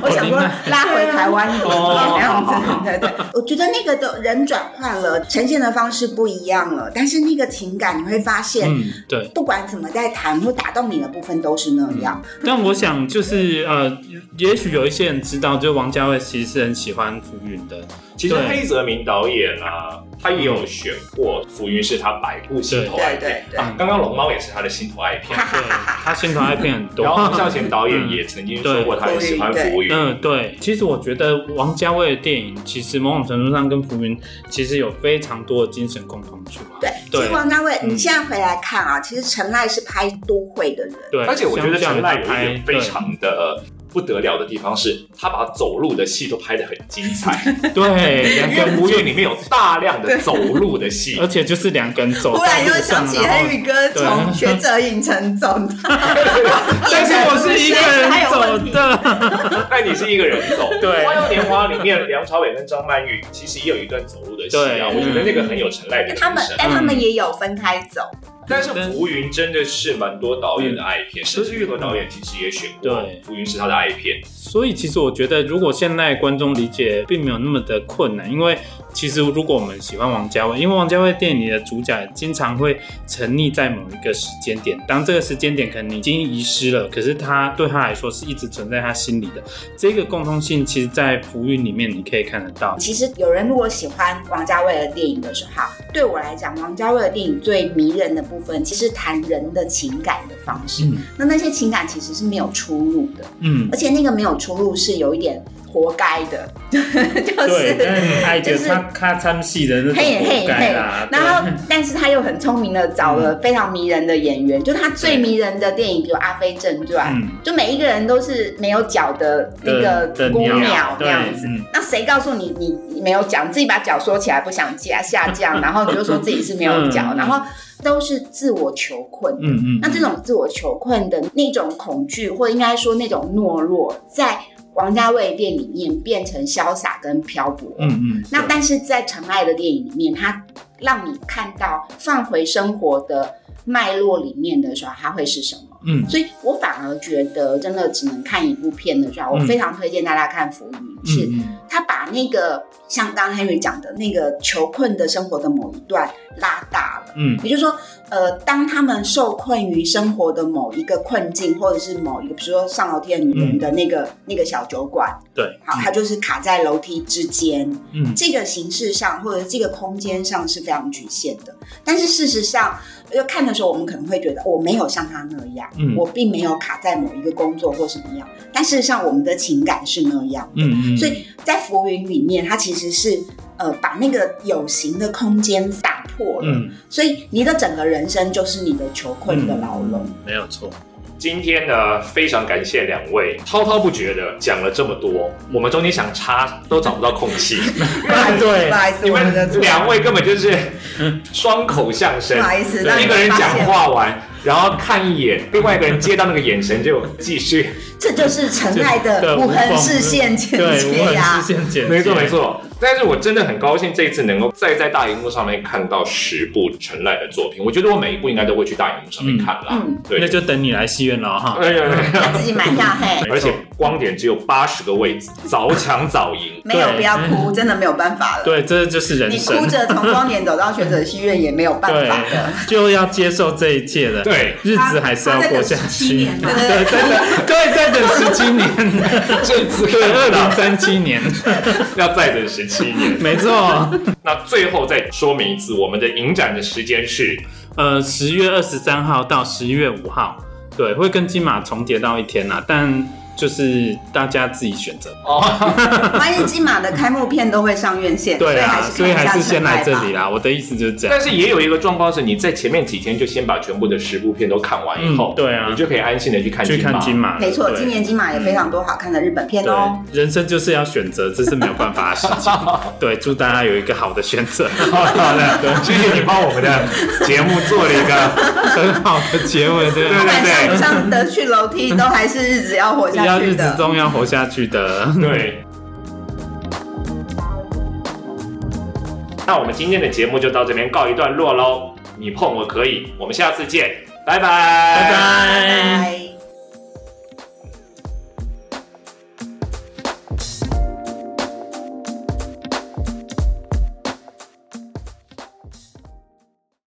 Speaker 5: 我想说拉回台湾一点
Speaker 1: 哦
Speaker 5: 这样子，对对。我觉得那个的人转换了，呈现的方式不一样了，但是那个情感你会发现，
Speaker 1: 嗯，对。
Speaker 5: 不管怎么在谈或打动你的部分都是那样。
Speaker 1: 但我想就是呃，也许有一些人知道，就王家卫其实是很喜欢浮云的，
Speaker 2: 其实
Speaker 1: 对
Speaker 2: 黑泽明导演啊，他也有选过《浮云》是他百部心头爱
Speaker 5: 对
Speaker 2: 片，
Speaker 5: 对对，
Speaker 2: 啊刚刚《龙猫》也是他的心头爱片。
Speaker 1: 对，他心头爱片很多。
Speaker 2: 然后侯孝贤导演也曾经说过，他很喜欢《浮云》。
Speaker 1: 嗯，对，其实我觉得王家卫的电影其实某种程度上跟浮云其实有非常多的精神共同处啊。
Speaker 5: 对，其实
Speaker 1: 对
Speaker 5: 王家卫，
Speaker 1: 嗯
Speaker 5: 你现在回来看啊，其实陈赖是拍都会的人，
Speaker 1: 对，
Speaker 2: 而且我觉得
Speaker 1: 相较于
Speaker 2: 陈赖有一
Speaker 1: 他拍
Speaker 2: 点非常的不得了的地方是，他把走路的戏都拍得很精彩，
Speaker 1: 对， 对
Speaker 2: 因
Speaker 1: 两
Speaker 2: 为
Speaker 1: 个
Speaker 2: 《
Speaker 1: 人
Speaker 2: 浮云》里面有大量的走路的戏
Speaker 1: 而，且就是两个人走
Speaker 5: 忽
Speaker 1: 在
Speaker 5: 然
Speaker 1: 路
Speaker 5: 又
Speaker 1: 上，
Speaker 5: 想起
Speaker 1: 然
Speaker 5: 黑
Speaker 1: 后
Speaker 5: 宇哥
Speaker 1: 对
Speaker 5: 从学者 影城走的，
Speaker 1: 但是我是一个
Speaker 5: 还
Speaker 1: 人
Speaker 5: 有问
Speaker 1: 走
Speaker 5: 题
Speaker 1: 的，
Speaker 2: 但你是一个人走。
Speaker 1: 对
Speaker 2: 花样年华》里面梁朝伟跟张曼玉其实也有一段走路的戏啊，
Speaker 1: 对
Speaker 2: 我觉得那个很有陈赖的
Speaker 5: 那
Speaker 2: 精
Speaker 5: 嗯他们
Speaker 2: 神。
Speaker 5: 但他们也有分开走，
Speaker 2: 但是《浮云》真的是蛮多导演的爱片，甚至玉和导演其实也选过
Speaker 1: 嗯对
Speaker 2: 《浮云》是他的爱片。
Speaker 1: 所以其实我觉得，如果现在观众理解并没有那么的困难，因为其实如果我们喜欢王家卫，因为王家卫电影里的主角经常会沉溺在某一个时间点，当这个时间点可能已经遗失了，可是他对他来说是一直存在他心里的。这个共通性，其实，在《浮云》里面你可以看得到。
Speaker 5: 其实有人如果喜欢王家卫的电影的时候，对我来讲，王家卫的电影最迷人的部分，其实谈人的情感的方式。
Speaker 1: 嗯
Speaker 5: 那那些情感其实是没有出路的，
Speaker 1: 嗯，
Speaker 5: 而且那个没有出路是有一点活该的，就是
Speaker 1: 对，但是爱
Speaker 5: 就
Speaker 1: 就是他他参戏的那种
Speaker 5: 嘿嘿
Speaker 1: 活该
Speaker 5: 嘿
Speaker 1: 啦，。对嗯
Speaker 5: 然后，但是他又很聪明的找了非常迷人的演员，就他最迷人的电影，比如《阿飞正传》
Speaker 1: 嗯，
Speaker 5: 就每一个人都是没有脚的那个
Speaker 1: 的的
Speaker 5: 孤
Speaker 1: 鸟
Speaker 5: 那样
Speaker 1: 对
Speaker 5: 子
Speaker 1: 嗯。
Speaker 5: 那谁告诉你你你没有脚？你自己把脚缩起来不想下下 降，然后你就说自己是没有脚，
Speaker 1: 嗯
Speaker 5: 然后都是自我求困。
Speaker 1: 嗯嗯，
Speaker 5: 那这种自我求困的那种恐惧，或应该说那种懦弱，在王家卫的电影里面变成潇洒跟漂泊。
Speaker 1: 嗯嗯，
Speaker 5: 那
Speaker 1: 对
Speaker 5: 但是在《尘埃》的电影里面，它让你看到放回生活的脉络里面的时候，它会是什么？
Speaker 1: 嗯
Speaker 5: 所以我反而觉得，真的只能看一部片的时候，我
Speaker 1: 嗯
Speaker 5: 非常推荐大家看《浮云》，是
Speaker 1: 嗯嗯
Speaker 5: 他把那个像刚刚 Henry 讲的那个囚困的生活的某一段拉大了。
Speaker 1: 嗯
Speaker 5: 也就是说，呃，当他们受困于生活的某一个困境，或者是某一个，比如说上楼梯的女人的那个、
Speaker 1: 嗯
Speaker 5: 那个小酒馆，
Speaker 1: 对，
Speaker 5: 好，它就是卡在楼梯之间，
Speaker 1: 嗯
Speaker 5: 这个形式上或者这个空间上是非常局限的。但是事实上，要看的时候，我们可能会觉得哦我没有像他那样，
Speaker 1: 嗯
Speaker 5: 我并没有卡在某一个工作或什么样。但事实上，我们的情感是那样。
Speaker 1: 嗯嗯，
Speaker 5: 所以在浮云里面，它其实是呃把那个有形的空间打破了，
Speaker 1: 嗯
Speaker 5: 所以你的整个人生就是你的囚困的牢笼。
Speaker 1: 嗯没有错。
Speaker 2: 今天呢，非常感谢两位滔滔不绝的讲了这么多，我们中间想插都找不到空 隙。
Speaker 1: 对
Speaker 5: 不好意思，
Speaker 2: 你
Speaker 5: 我们的
Speaker 2: 们
Speaker 5: 错
Speaker 2: 两位根本就是双口相声
Speaker 5: 不，好意思，让
Speaker 2: 一
Speaker 5: 你
Speaker 2: 个
Speaker 5: 们
Speaker 2: 人
Speaker 5: 发
Speaker 2: 讲
Speaker 5: 现，
Speaker 2: 话完，然后看一眼，另外一个人接到那个眼神就继 续。
Speaker 5: 这就是陈赖的
Speaker 1: 对
Speaker 5: 无痕
Speaker 1: 缝
Speaker 5: 视线剪啊
Speaker 1: 对，无
Speaker 5: 接
Speaker 1: 痕
Speaker 5: 呀
Speaker 1: 视。线剪接，
Speaker 2: 没错没错，但是我真的很高兴这一次能够再在大荧幕上面看到十部陈赖的作品，我觉得我每一部应该都会去大荧幕上面看啦。
Speaker 5: 嗯嗯嗯
Speaker 2: 对，
Speaker 1: 那就等你来戏院了哈。
Speaker 2: 哎呀。哎呀
Speaker 5: 自己买票嘿，
Speaker 2: 而且光点只有八十个位置，早抢早赢。
Speaker 5: 没有
Speaker 1: 对
Speaker 5: 不要哭，真的没有办法了。
Speaker 1: 对，这就是人
Speaker 5: 你
Speaker 1: 生
Speaker 5: 哭，着从光点走到学者戏院也没有办法的。
Speaker 1: 对，就要接受这一切的，，
Speaker 2: 对，
Speaker 1: 日子还是要过下去。
Speaker 5: 他他在
Speaker 1: 对，真的，对，再等十七年，
Speaker 2: 这次
Speaker 1: 对，二零三七年，
Speaker 2: 要再等十七年。
Speaker 1: 没错。
Speaker 2: 那最后再说明一次，我们的影展的时间是
Speaker 1: 呃，十月二十三号到十一月五号，对，会跟金马重叠到一天啦，但就是大家自己选择。
Speaker 2: 哦，
Speaker 5: 关于金马的开幕片都会上院线，
Speaker 1: 对啊，
Speaker 5: 所
Speaker 1: 所
Speaker 5: 以
Speaker 1: 以还
Speaker 5: 还是看
Speaker 1: 是
Speaker 5: 一下
Speaker 1: 先来这里
Speaker 5: 吧。
Speaker 1: 啦。我的意思就是这样
Speaker 2: 但。是也有一个状况是，你在前面几天就先把全部的十部片都看完以后，
Speaker 1: 嗯对啊
Speaker 2: 你就可以安心的去看
Speaker 1: 去看金
Speaker 2: 马。
Speaker 1: 马了，
Speaker 5: 没错，
Speaker 1: 对
Speaker 5: 今年金马也非常多好看的日本片哦。
Speaker 1: 对，人生就是要选择，这是没有办法的事 情。对，祝大家有一个好的选择，
Speaker 2: 好了，对谢谢你帮我们的节目做了一个，
Speaker 1: 很好的结尾，对不
Speaker 2: 对
Speaker 5: 不
Speaker 1: 对？
Speaker 5: 然
Speaker 2: 对
Speaker 5: 上上得去楼梯，都还是日子要活下
Speaker 1: 要
Speaker 5: 去
Speaker 1: 日子
Speaker 5: 的。
Speaker 1: 中要活下去的。
Speaker 2: 对。那我们今天的节目就到这边告一段落喽，你碰我可以，我们下次见，拜拜，
Speaker 1: 拜
Speaker 5: 拜
Speaker 1: 拜。
Speaker 5: 拜。